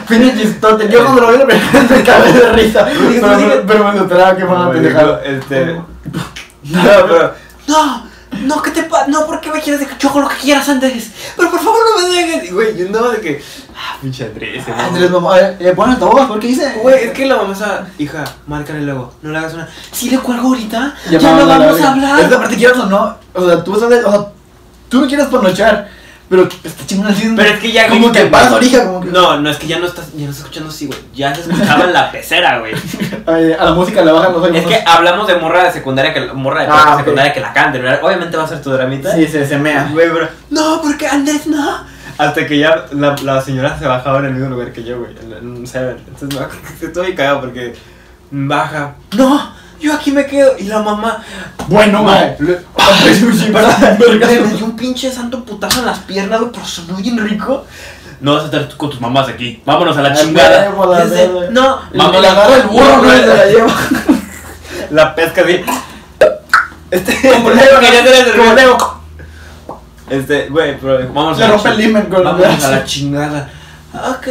Speaker 2: Fine chistote, yo cuando lo vi me, me cagué de risa. Pero, pero me enteraba que fue
Speaker 1: No
Speaker 2: una
Speaker 1: me dijo,
Speaker 2: pendejada.
Speaker 1: Este. No, pero. ¡No! no, ¿qué te pasa? No, ¿por qué me quieres dejar? Yo hago lo que quieras, Andrés. Pero por favor no me dejes. Y, Güey, yo andaba de que. Ah, pinche Andrés. se mamó.
Speaker 2: Andrés, mamá, eh, eh, pon el altavoz, ¿por qué dice?
Speaker 1: Güey, es que la mamá está. Hija, márcale luego. No le hagas una. Si le cuelgo ahorita, ya,
Speaker 2: Ya
Speaker 1: no vamos a
Speaker 2: Es que
Speaker 1: hablar.
Speaker 2: aparte quieras o no, o sea, tú vas a ver, o sea, tú no quieres panochar, pero está chingón el chisme.
Speaker 1: Pero es que ya.
Speaker 2: Como
Speaker 1: grita,
Speaker 2: que paras
Speaker 1: güey.
Speaker 2: orija, como que.
Speaker 1: No, no, es que ya no estás, ya no estás escuchando así, güey. Ya se escuchaba en la pecera, güey.
Speaker 2: Ay, a la música le bajan los
Speaker 1: Es
Speaker 2: audífonos.
Speaker 1: que hablamos de morra de secundaria que morra de
Speaker 2: Ah,
Speaker 1: prepa
Speaker 2: ok.
Speaker 1: secundaria que la cante, ¿verdad? Obviamente va a ser tu dramita.
Speaker 2: Sí, se, se mea.
Speaker 1: Güey, bro. No, porque Andrés no. Hasta que ya la, la señora se bajaba en el mismo lugar que yo, güey. En en un Seven. Entonces me estoy cagado porque baja. No, yo aquí me quedo. Y la mamá.
Speaker 2: Bueno,
Speaker 1: No.
Speaker 2: güey.
Speaker 1: Sí, ¿verdad? Güey, me dio un pinche santo putazo en las piernas, güey, pero sonó bien rico. No vas a estar tú con tus mamás aquí. Vámonos a Ah, la
Speaker 2: Ay,
Speaker 1: chingada.
Speaker 2: huevo, la
Speaker 1: Desde-
Speaker 2: verga.
Speaker 1: no,
Speaker 2: Mamá, le agarra el burro, no se la lleva.
Speaker 1: La pesca así. Este,
Speaker 2: Como Leo,
Speaker 1: quería hacer el-
Speaker 2: como Leo.
Speaker 1: Este, güey, pero vamos
Speaker 2: Le
Speaker 1: a la
Speaker 2: rompe el
Speaker 1: chi-
Speaker 2: himen con
Speaker 1: Vamos a la chingada. Ok,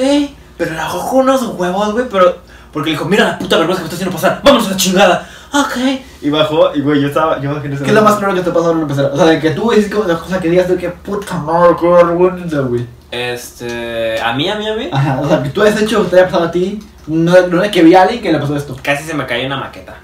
Speaker 1: pero la agarró con unos huevos, güey, pero. Porque le dijo, mira la puta vergüenza que me está haciendo pasar, vamos a la chingada. Ok. Y bajó, y güey, yo estaba. Yo bajé en ese
Speaker 2: ¿Qué es lo más
Speaker 1: momento.
Speaker 2: claro que te pasa ahora en la pecera? O sea, de que tú dices como las cosas que digas, de que puta madre, qué vergüenza, güey.
Speaker 1: Este. A mí, a mí, a mí.
Speaker 2: Ajá, o sea, que tú has hecho, que te haya pasado a ti, no, no es que vi a alguien que le pasó esto.
Speaker 1: Casi se me cayó una maqueta.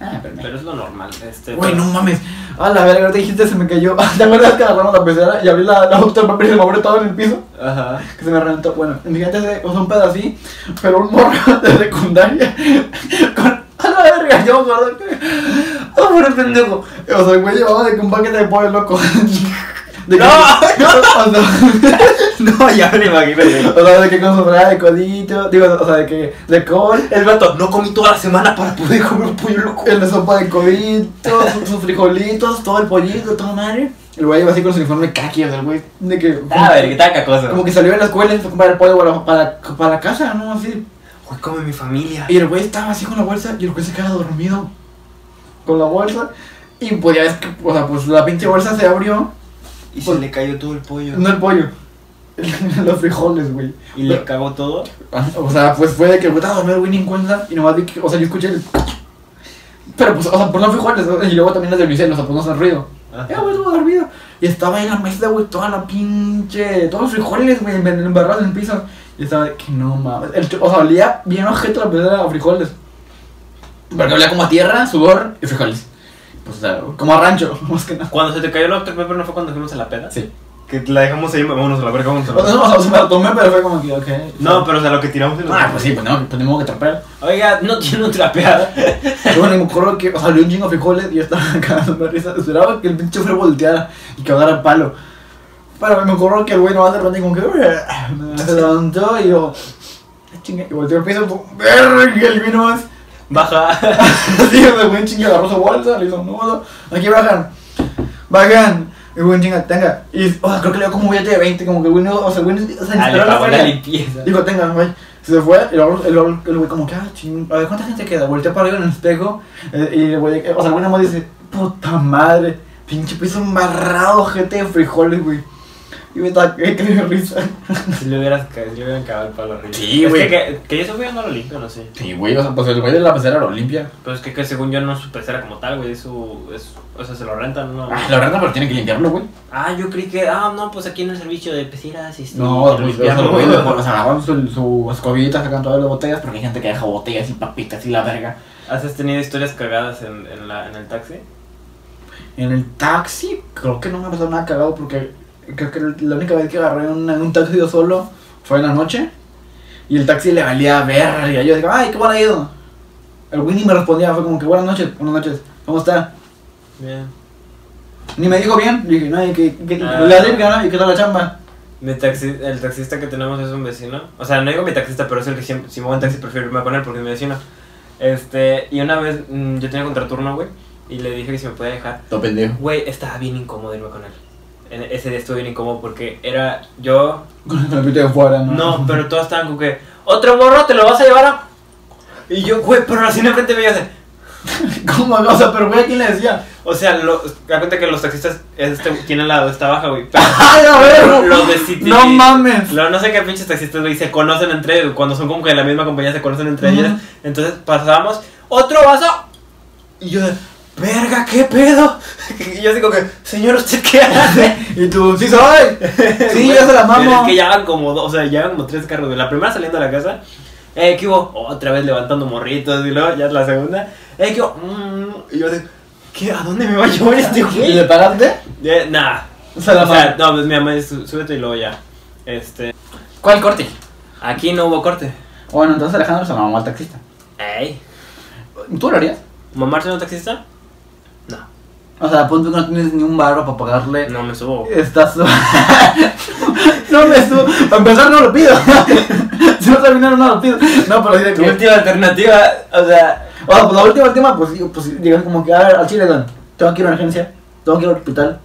Speaker 2: Ah, pero
Speaker 1: Pero es lo normal. Este,
Speaker 2: Güey,
Speaker 1: pero-
Speaker 2: no mames. A la verga, ahorita dijiste se me cayó. ¿Te acuerdas que agarramos la pecera y abrí la, la otra papel y se me abrió todo en el piso?
Speaker 1: Ajá.
Speaker 2: Que se me reventó. Bueno, imagínate ese, o sea, un pedo así, pero un morro de secundaria con. A la verga, yo me acuerdo que. ¡Ah, por pendejo! O sea, güey, llevaba de que un paquete de pollo loco. De que-
Speaker 1: ¡No!
Speaker 2: O sea,
Speaker 1: No, ya me lo imagino. güey.
Speaker 2: o sea, de que con su frada de codito, digo, o sea, de que de col,
Speaker 1: El vato, no comí toda la semana para poder comer un pollo loco.
Speaker 2: el de sopa de codito, su- sus frijolitos, todo el pollito, toda madre. El güey iba así con su uniforme caqui, o sea, el güey, de que.
Speaker 1: Ah, A ver, qué tal cacoso.
Speaker 2: Como que salió de la escuela y fue a comprar el pollo para, para, para la casa, ¿no? Así.
Speaker 1: Güey, come mi familia.
Speaker 2: Y el güey estaba así con la bolsa y el güey se queda dormido con la bolsa. Y pues ya es que, o sea, pues la pinche bolsa se abrió.
Speaker 1: Y se
Speaker 2: Pues-
Speaker 1: le cayó todo el pollo.
Speaker 2: No el pollo, los frijoles, güey.
Speaker 1: Y le cagó todo.
Speaker 2: O sea, pues fue de que el güey estaba dormido, el güey, ni en cuenta. Y nomás vi que, o sea, yo escuché el. Pero pues, o sea, pues no frijoles. ¿no? Y luego también las de Unicel, o sea, pues no hacen ruido. Ya, güey, estaba dormido. Y estaba ahí en la mesa, güey, toda la pinche. Todos los frijoles, güey, en- embarrados en el piso. Y estaba de que no mames. El- o sea, olía bien objeto la pecera a frijoles. Porque olía como a tierra, sudor y frijoles. Pues, o sea, como a rancho, más que nada.
Speaker 1: Cuando se te cayó la Dr. Pepper, ¿no fue cuando fuimos a la peda?
Speaker 2: Sí.
Speaker 1: Que la dejamos ahí, vámonos a la verga, vámonos a
Speaker 2: O sea, no, o sea, se me la tomé, pero fue como que, ok.
Speaker 1: No, pero o sea, lo que tiramos en
Speaker 2: Ah, pues sí, pues no, pues tenemos que trapear.
Speaker 1: Oiga, no tiene un trapeado.
Speaker 2: Yo bueno, me acuerdo que o sea, salió un chingo de frijoles y yo estaba cagando de risa. Esperaba que el pinche fuera volteara y que agarra palo. Pero me acuerdo que el güey no de repente como que "Ugh", se levantó y yo. "Ah, chinga", Y volteó al piso y verga el vino más.
Speaker 1: Baja.
Speaker 2: Así el güey chinga agarró su bolsa, le hizo nudo. Aquí bajan. Bajan. Y el güey chinga, tenga. Y o sea, creo que le dio como un billete de 20, como que el güey no, o sea, el güey no- o sea, ni
Speaker 1: Ah, le
Speaker 2: siquiera la
Speaker 1: pagó la
Speaker 2: feria.
Speaker 1: limpieza.
Speaker 2: Dijo, tenga, güey. Se fue, el güey, el, güey- el güey como que, ah, ching, a ver, ¿cuánta gente queda? Volteó para arriba en el espejo, eh, y el güey, eh, o sea, el güey nomás dice, puta madre, pinche piso embarrado, gente de frijoles, güey. Y me estaba, que que de risa.
Speaker 1: Si le hubieras ca- si le hubieran cagado el palo arriba.
Speaker 2: Sí,
Speaker 1: Es Que,
Speaker 2: güey.
Speaker 1: que, que yo supongo que no lo limpio, no sé.
Speaker 2: Sí, güey, o sea, pues el güey de la pecera lo limpia.
Speaker 1: Pero es que, que según yo no es su pecera como tal, güey. Es su. es- o sea, se lo rentan, ¿no?
Speaker 2: Ah, la verdad, pero tiene que limpiarlo, güey.
Speaker 1: Ah, yo creí que. Ah, no, pues aquí en el servicio de peceras y.
Speaker 2: No,
Speaker 1: y
Speaker 2: pues, o sea, el
Speaker 1: limpiarlo.
Speaker 2: güey, le pone- o sea, agarran su, su escobillita, sacan todas las botellas, porque hay gente que deja botellas y papitas y la verga.
Speaker 1: ¿Has has tenido historias cagadas en, en, la, en el taxi?
Speaker 2: En el taxi, creo que no me ha pasado nada cagado porque creo que la única vez que agarré una- un taxi yo solo fue en la noche y el taxi le valía verga. Yo dije, ay, qué buena ido. El güey ni me respondía, fue como que buenas noches, buenas noches, ¿cómo está?
Speaker 1: Bien.
Speaker 2: Ni me dijo bien, dije, no, y que, que-
Speaker 1: Ah.
Speaker 2: le hablé, que no, y que tal la chamba.
Speaker 1: Mi taxi, el taxista que tenemos es un vecino. O sea, no digo mi taxista, pero es el que siempre, si me voy en taxi prefiero irme con él porque es mi vecino. Este, y una vez mm, yo tenía contraturno, güey, y le dije que si me podía dejar.
Speaker 2: Todo pendejo.
Speaker 1: Güey, estaba bien incómodo irme con él. En- ese día estuve bien incómodo porque era yo.
Speaker 2: Con el trapito de fuera, ¿no?
Speaker 1: No, pero todos estaban con que, otro morro te lo vas a llevar a. Y yo, güey, pero así de frente me iba a hacer.
Speaker 2: ¿Cómo? O sea, pero güey, ¿a quién le decía?
Speaker 1: O sea, lo, da cuenta que los taxistas este, tienen la esta baja, güey. pero-
Speaker 2: ¡Ay, a ver!
Speaker 1: Los de City.
Speaker 2: Ah, ¡No mames!
Speaker 1: Lo- no sé qué pinches taxistas, güey, se conocen entre ellos. Cuando son como que de la misma compañía, se conocen entre
Speaker 2: Ujú.
Speaker 1: ellas. Entonces pasábamos, otro vaso. Y yo, de, verga, ¿qué pedo? Y yo así como que, señor, ¿usted qué hace?
Speaker 2: Y tú, sí soy. Sí,
Speaker 1: Güey,
Speaker 2: yo se
Speaker 1: pero
Speaker 2: la mamo.
Speaker 1: Es que ya van como dos, o sea, ya van como tres carros, güey. La primera saliendo de la casa, eh, ¿qué hubo? Otra vez levantando morritos, y luego ya es la segunda, eh, ¿qué hubo? Mm, y yo de, ¿qué? ¿A dónde me va a llevar este
Speaker 2: ¿Y le
Speaker 1: güey?
Speaker 2: pagaste?
Speaker 1: Eh, nah.
Speaker 2: Se la
Speaker 1: O sea,
Speaker 2: mamo.
Speaker 1: no, pues mi mamá es, "Sú- súbete y luego ya. Este.
Speaker 3: ¿Cuál corte?
Speaker 1: Aquí no hubo corte.
Speaker 2: Bueno, entonces Alejandro se la mamó al taxista.
Speaker 1: Ey.
Speaker 2: ¿Tú lo harías?
Speaker 1: ¿Mamarse a un taxista? No.
Speaker 2: O sea, punto que no tienes ni un barro para pagarle.
Speaker 1: No me subo.
Speaker 2: Estás. no me subo. Para empezar, no lo pido. si no terminaron, no lo pido. No, pero sí de que.
Speaker 1: Última alternativa, o sea.
Speaker 2: O sea, pues la última, última, pues, digo, pues digas como que a ver, al chile, don, tengo que ir a emergencia, tengo que ir al hospital.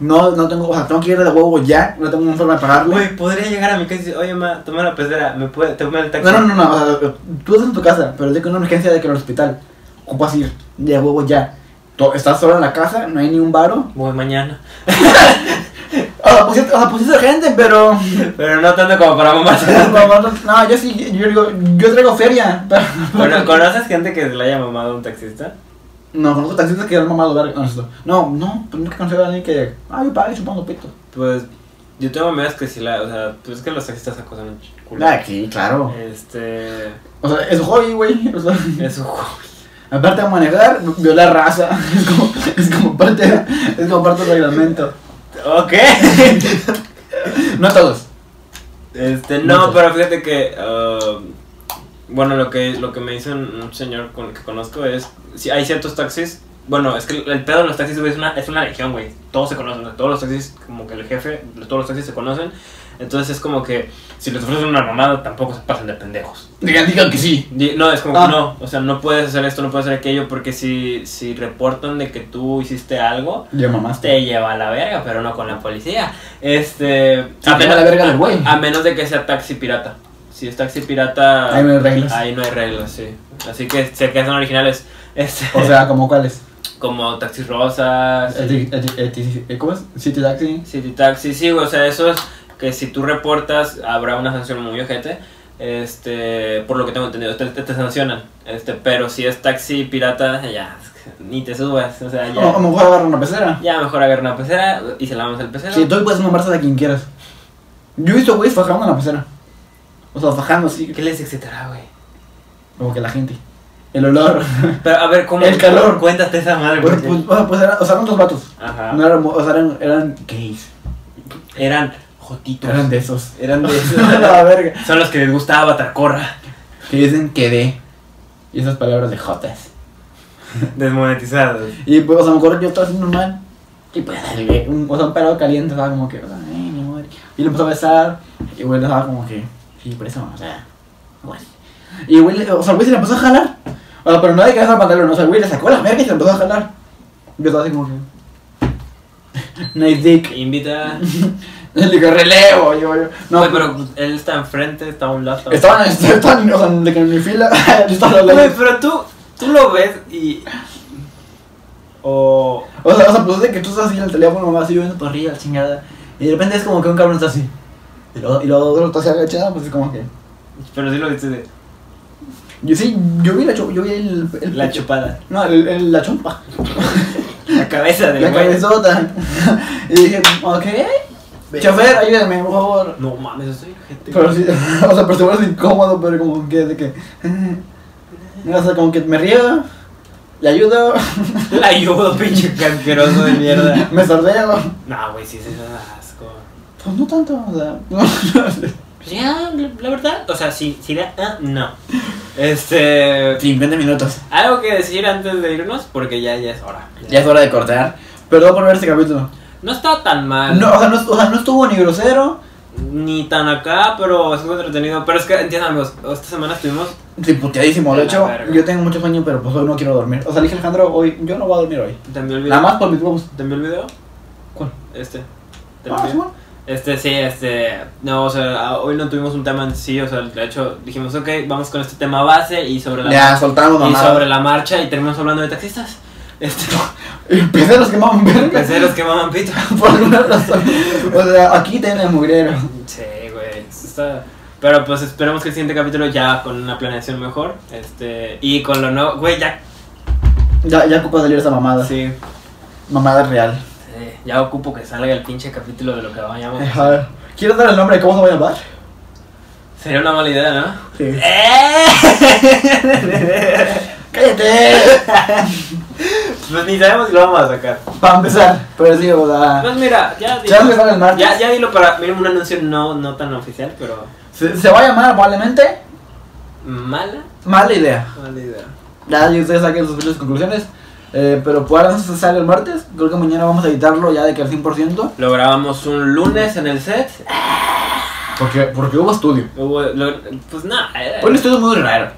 Speaker 2: No, no tengo, o sea, tengo que ir de huevo ya, no tengo una forma de pagarle.
Speaker 1: Güey, podría llegar a mi casa y decir, oye, ma, toma la pecera, ¿me puede, te el taxi?
Speaker 2: No, no, no, no, o sea, tú estás en tu casa, pero de que una emergencia de que al hospital, ocupas ir de huevo ya. To- Estás solo en la casa, no hay ni un varo.
Speaker 1: Voy mañana.
Speaker 2: O sea, pusiste, o sea, pues, pusiste gente, pero.
Speaker 1: Pero no tanto como para mamarse.
Speaker 2: no, yo sí, yo digo, yo traigo feria. pero-
Speaker 1: Bueno, ¿conoces gente que le haya mamado a un taxista?
Speaker 2: No, conozco taxistas que han mamado verga. No, esto- no, no, pues nunca conozco a alguien que. Ah, yo pagué chupando pito.
Speaker 1: Pues yo tengo amigas que sí la, o sea, pues es que los taxistas acosan un culo.
Speaker 2: Ah, sí, claro.
Speaker 1: Este,
Speaker 2: O sea, es hobby, güey. O sea,
Speaker 1: es un juego.
Speaker 2: aparte de manejar, violar raza. Es como, es como parte, es como parte del reglamento.
Speaker 1: Ok.
Speaker 2: No todos.
Speaker 1: Este, no,
Speaker 2: Muchas.
Speaker 1: pero fíjate que ah, bueno, lo que lo que me dice un un señor con, que conozco es si hay ciertos taxis, bueno, es que el pedo de los taxis güey, es una es una legión, güey. Todos se conocen, o sea, todos los taxis como que el jefe, todos los taxis se conocen. Entonces es como que si les ofrecen una mamada tampoco se pasan de pendejos.
Speaker 2: Digan, digan que sí.
Speaker 1: Di- No, es como
Speaker 2: Ah.
Speaker 1: que no, o sea, no puedes hacer esto, no puedes hacer aquello, porque si, si reportan de que tú hiciste algo,
Speaker 2: Ya mamaste.
Speaker 1: te lleva a la verga, pero no con la policía. Este,
Speaker 2: Sí, te lleva a la verga del güey.
Speaker 1: a menos de que sea taxi pirata. Si es taxi pirata,
Speaker 2: Ahí no hay reglas.
Speaker 1: ahí no hay reglas, sí. Así que se quedan originales, este,
Speaker 2: O sea, como cuáles.
Speaker 1: como taxis rosas,
Speaker 2: Eti- eti- eti- ¿Cómo es? City Taxi.
Speaker 1: city taxi, sí, güey, o sea, eso es que si tú reportas habrá una sanción muy ojete. Este, por lo que tengo entendido, te, te- te sancionan. Este, pero si es taxi pirata, ya, ni te subas. O sea,
Speaker 2: O a lo
Speaker 1: ya,
Speaker 2: mejor agarrar una pecera.
Speaker 1: ya mejor agarra una pecera y se la vamos al pecero.
Speaker 2: Si oh. tú puedes mamarse a quien quieras. Yo he visto güeyes fajando en la pecera. O sea, fajando así.
Speaker 1: ¿Qué les excitará, güey?
Speaker 2: Como que la gente. El olor.
Speaker 1: Pero a ver, ¿cómo?
Speaker 2: El calor.
Speaker 1: Cuéntate esa madre,
Speaker 2: Pues,
Speaker 1: porque-
Speaker 2: pues, bueno, pues eran, o sea, eran dos vatos.
Speaker 1: Ajá.
Speaker 2: No eran, mu- o sea, eran, eran gays.
Speaker 1: Eran jotitos.
Speaker 2: Eran de esos.
Speaker 1: Eran de-
Speaker 2: la verga.
Speaker 1: Son los que les gusta Avatar Corra.
Speaker 2: Que dicen que de. Y esas palabras de jotas.
Speaker 1: Desmonetizados.
Speaker 2: Y pues, o sea, me acuerdo que yo estaba así normal. Y pues, el güey, un, o sea, un pelado caliente estaba como que, o sea, ay, mi amor. Y le empezó a besar. Y güey, le estaba como que, sí, por eso, o sea, güey. Y güey, le- o sea, el güey se le empezó a jalar. O sea, pero no de que el pantalón, o sea, el güey le sacó la verga y se le empezó a jalar. Y yo estaba así como que, nice dick.
Speaker 1: Invita.
Speaker 2: Y le dije, relevo. Yo, yo, no, pues,
Speaker 1: Güey, pero pues, él está enfrente, está a un lado. está a un
Speaker 2: Estaban, estaban, o sea, de que en mi fila. yo estaba al lado.
Speaker 1: Güey, pero tú, tú lo ves y. O.
Speaker 2: O sea, o sea, pues de que tú estás así en el teléfono, mamá, así viendo por arriba, chingada. Y de repente es como que un cabrón está así. Y lo, y lo otro está así agachado, pues es como que.
Speaker 1: Pero sí lo viste de.
Speaker 2: Yo sí, yo vi la, chu- yo vi el, el-
Speaker 1: La chupada.
Speaker 2: No, el, el- la chompa.
Speaker 1: La cabeza del
Speaker 2: La
Speaker 1: güey.
Speaker 2: cabezota. y dije, ok. Chofer, ayúdame, por favor.
Speaker 1: No mames, eso soy gente.
Speaker 2: Pero sí, o sea, pero seguro es incómodo, pero como que de que. O sea, como que me río, le ayudo,
Speaker 1: La ayudo, pinche casqueroso de mierda.
Speaker 2: me sordeo.
Speaker 1: No, güey, sí, sí, eso da asco.
Speaker 2: Pues no tanto, o sea. no sé.
Speaker 1: Pues ya, la la verdad. O sea, sí, sí da. ah, no. Este.
Speaker 2: 50 minutos.
Speaker 1: Algo que decir antes de irnos, porque ya, ya es hora.
Speaker 2: Ya es hora de cortar. Perdón por ver este capítulo.
Speaker 1: Ah, No está tan mal.
Speaker 2: No, o sea, no, o sea, no estuvo ni grosero.
Speaker 1: Ni tan acá, pero estuvo entretenido. Pero es que, entiendan, amigos, esta semana estuvimos
Speaker 2: Sí, puteadísimo. De
Speaker 1: De la
Speaker 2: hecho,
Speaker 1: verga.
Speaker 2: yo tengo mucho sueño, pero pues hoy no quiero dormir. O sea, le dije a Alejandro, hoy yo no voy a dormir hoy.
Speaker 1: ¿Te envió el video?
Speaker 2: Nada más por mis huevos.
Speaker 1: ¿Te envió el video?
Speaker 2: ¿Cuál?
Speaker 1: Este. ¿Te lo
Speaker 2: Ah,
Speaker 1: envió?
Speaker 2: sí, bueno.
Speaker 1: Este, sí, este. No, o sea, a- hoy no tuvimos un tema en sí, o sea, de hecho dijimos, ok, vamos con este tema base y sobre la,
Speaker 2: Ya, soltamos
Speaker 1: y
Speaker 2: mamá.
Speaker 1: sobre la marcha y terminamos hablando de taxistas. Este,
Speaker 2: Empecé los que maman verga.
Speaker 1: terceros que maman pito.
Speaker 2: Por alguna razón. O sea, aquí tenemos mugrero.
Speaker 1: Sí, güey. está- Pero pues esperemos que el siguiente capítulo ya con una planeación mejor. Este, y con lo nuevo, güey, ya.
Speaker 2: Ya, ya ocupa salir esa mamada.
Speaker 1: Sí.
Speaker 2: Mamada real.
Speaker 1: Sí, Ya ocupo que salga el pinche capítulo de lo que vayamos. a hacer.
Speaker 2: Ajá. ¿Quieres dar el nombre de cómo se va a llamar?
Speaker 1: Sería una mala idea, ¿no?
Speaker 2: Sí.
Speaker 1: ¡Eh!
Speaker 2: ¡Cállate!
Speaker 1: pues ni sabemos si lo vamos a sacar.
Speaker 2: Para empezar. Pero sí, o sea.
Speaker 1: Pues mira, ya
Speaker 2: Ya lo que sale el
Speaker 1: dilo.
Speaker 2: martes.
Speaker 1: Ya, ya dilo para. Mira, un anuncio no, no tan oficial, pero.
Speaker 2: Se, se va a llamar probablemente.
Speaker 1: Mala.
Speaker 2: Mala idea.
Speaker 1: Mala idea.
Speaker 2: Ya y ustedes saquen sus propias conclusiones. Eh, pero por ahora se sale el martes. Creo que mañana vamos a editarlo ya de que al 100%.
Speaker 1: Lo grabamos un lunes en el set.
Speaker 2: Porque, porque hubo estudio.
Speaker 1: Hubo- lo- pues nada. era-
Speaker 2: Un estudio muy raro.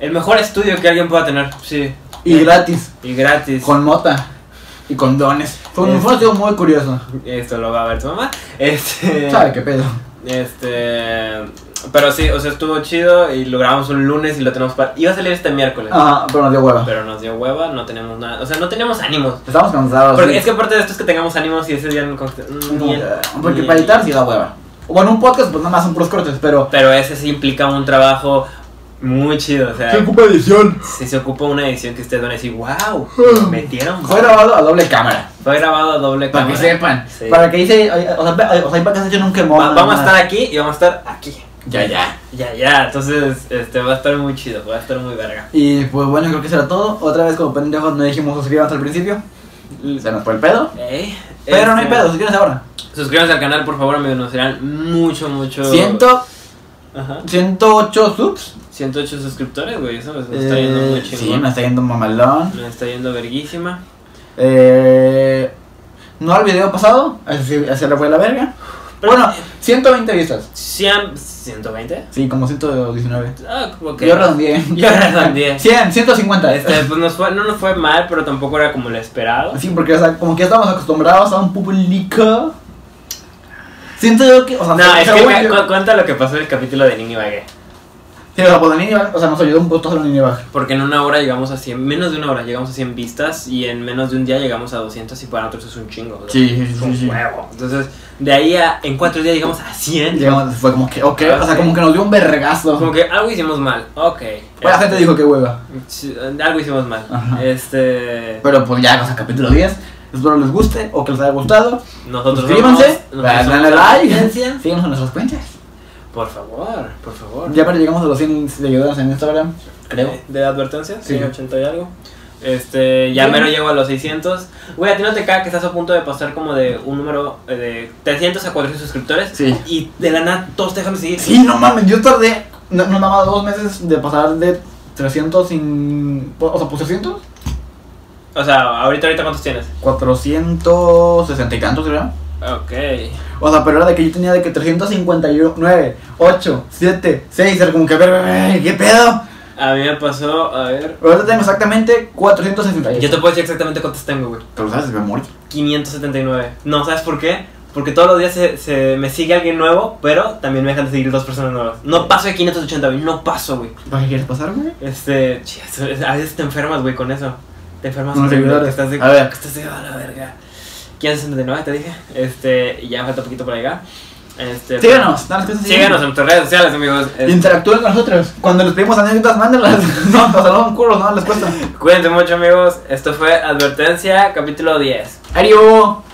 Speaker 1: El mejor estudio que alguien pueda tener. Sí.
Speaker 2: Y gratis.
Speaker 1: Y gratis.
Speaker 2: Con mota. Y con dones. Eh, Fue un, fue un estudio muy curioso.
Speaker 1: Esto lo va a ver tu mamá. Este.
Speaker 2: ¿Sabe qué pedo?
Speaker 1: Este. Pero sí, o sea, estuvo chido y lo grabamos un lunes y lo tenemos para. Iba a salir este miércoles.
Speaker 2: Ajá, pero nos dio hueva.
Speaker 1: Pero nos dio hueva, no tenemos nada. O sea, no tenemos ánimos.
Speaker 2: Estamos cansados.
Speaker 1: Porque
Speaker 2: Ah, sí.
Speaker 1: es que aparte de esto es que tengamos ánimos y ese día no. const- mm, ni el-
Speaker 2: Porque
Speaker 1: ni
Speaker 2: para
Speaker 1: el-
Speaker 2: editar sí da hueva. O bueno, un podcast, pues nada más son puros cortes, pero.
Speaker 1: Pero ese sí implica un trabajo muy chido. O sea,
Speaker 2: edición.
Speaker 1: si se ocupa una edición que ustedes van a decir, wow,
Speaker 2: Ah.
Speaker 1: metieron.
Speaker 2: Fue grabado a doble cámara.
Speaker 1: Fue grabado a doble
Speaker 2: Para que
Speaker 1: cámara.
Speaker 2: sepan.
Speaker 1: Sí.
Speaker 2: Para que dice. O sea, pe- o sea, hay para que se echen un quemón.
Speaker 1: Va- vamos a
Speaker 2: nada
Speaker 1: estar aquí y vamos a estar aquí.
Speaker 2: más. Ya, ya.
Speaker 1: Ya, ya. Entonces, este va a estar muy chido, va a estar muy verga.
Speaker 2: Y pues bueno, creo que será todo. Otra vez, como pendejos, no dijimos suscribirnos al principio. Se nos fue el pedo.
Speaker 1: Ey,
Speaker 2: Pero no hay
Speaker 1: este,
Speaker 2: pedo, suscríbanse ahora.
Speaker 1: Suscríbanse al canal, por favor, amigos. Nos serán mucho, mucho.
Speaker 2: Ciento-
Speaker 1: Ajá.
Speaker 2: 108 subs.
Speaker 1: 108 suscriptores, güey. Eso nos nos está yendo
Speaker 2: Eh,
Speaker 1: muy
Speaker 2: sí,
Speaker 1: chingón.
Speaker 2: me está yendo mamalón.
Speaker 1: Nos está yendo verguísima.
Speaker 2: Eh, no al video pasado, así, así le fue la verga.
Speaker 1: Pero- eh,
Speaker 2: bueno, 120 vistas.
Speaker 1: Cien- 120.
Speaker 2: Sí, como 119.
Speaker 1: Ah, ok.
Speaker 2: Yo redondeé.
Speaker 1: Yo redondeé.
Speaker 2: 100, 150.
Speaker 1: Este, pues nos fue, no nos fue mal, pero tampoco era como lo esperado.
Speaker 2: Sí, porque o sea, como que ya estamos acostumbrados a un público. Siento yo que. O sea,
Speaker 1: No, es que
Speaker 2: según
Speaker 1: güey,
Speaker 2: yo-
Speaker 1: cu- cuenta lo que pasó en el capítulo de Nini Bagué.
Speaker 2: Sí, o sea, pues la niña, o sea, nos ayudó un poco la niña baja.
Speaker 1: Porque en una hora llegamos a 100, menos de una hora llegamos a 100 vistas y en menos de un día llegamos a 200 y para nosotros es un chingo. o sea,
Speaker 2: Sí, sí, sí,
Speaker 1: es un
Speaker 2: sí.
Speaker 1: huevo. Entonces, de ahí a, en cuatro días llegamos a 100.
Speaker 2: Llegamos, fue como que, ok, o sea, como que nos dio un vergazo.
Speaker 1: Como que algo hicimos mal, ok.
Speaker 2: Pues la
Speaker 1: Este,
Speaker 2: gente dijo que hueva.
Speaker 1: sí, Algo hicimos mal.
Speaker 2: Ajá.
Speaker 1: Este.
Speaker 2: Pero pues ya, o sea, capítulo 10. Espero les guste o que les haya gustado.
Speaker 1: Nosotros
Speaker 2: Suscríbanse,
Speaker 1: somos- nosotros somos
Speaker 2: denle
Speaker 1: la
Speaker 2: like,
Speaker 1: audiencia.
Speaker 2: síganos en nuestras cuentas.
Speaker 1: Por favor, por favor. Eh,
Speaker 2: Ya pero llegamos a los 100 seguidores en Instagram, creo.
Speaker 1: ¿De advertencia?
Speaker 2: Sí.
Speaker 1: Sí, 80 y algo. Este, ya
Speaker 2: Bien.
Speaker 1: mero llego a los 600. Güey, a ti no te cae que estás a punto de pasar como de un número eh, de 300 a 400 suscriptores.
Speaker 2: Sí.
Speaker 1: Y de la nada todos te dejan de seguir.
Speaker 2: Sí, no mames, yo tardé, no, no nada más dos meses de pasar de 300 sin... O sea, pues 300,
Speaker 1: O sea, ahorita, ahorita cuántos tienes.
Speaker 2: 460 y tantos, creo.
Speaker 1: Ok.
Speaker 2: O sea, pero era de que yo tenía de que 359, 8, 7, 6, era como que, a ver, ay, ¿qué pedo?
Speaker 1: A mí me pasó, a ver.
Speaker 2: Pero ahorita tengo exactamente 468.
Speaker 1: Yo te puedo decir exactamente cuántos tengo, güey.
Speaker 2: Te lo sabes de memoria.
Speaker 1: 579. No, ¿sabes por qué? Porque todos los días se, se me sigue alguien nuevo, pero también me dejan de seguir dos personas nuevas. No paso de 580, güey. No paso, güey.
Speaker 2: ¿Para qué quieres pasar, güey?
Speaker 1: Este, chi, eso es- a veces te enfermas, güey, con eso. Te enfermas
Speaker 2: Con los
Speaker 1: horrible,
Speaker 2: seguidores.
Speaker 1: que Estás de,
Speaker 2: A ver.
Speaker 1: que Estás de a la verga. 569, te dije. Este, y ya falta poquito para llegar. Este,
Speaker 2: Síganos, danos cosas así.
Speaker 1: Síganos en nuestras redes sociales, amigos. Este,
Speaker 2: Interactúen con nosotros. Cuando les pedimos anécdotas, mándenlas. No, nos saludan culos, no les cuesta.
Speaker 1: cuídense mucho, amigos. Esto fue Advertencia, capítulo 10.
Speaker 2: Adiós.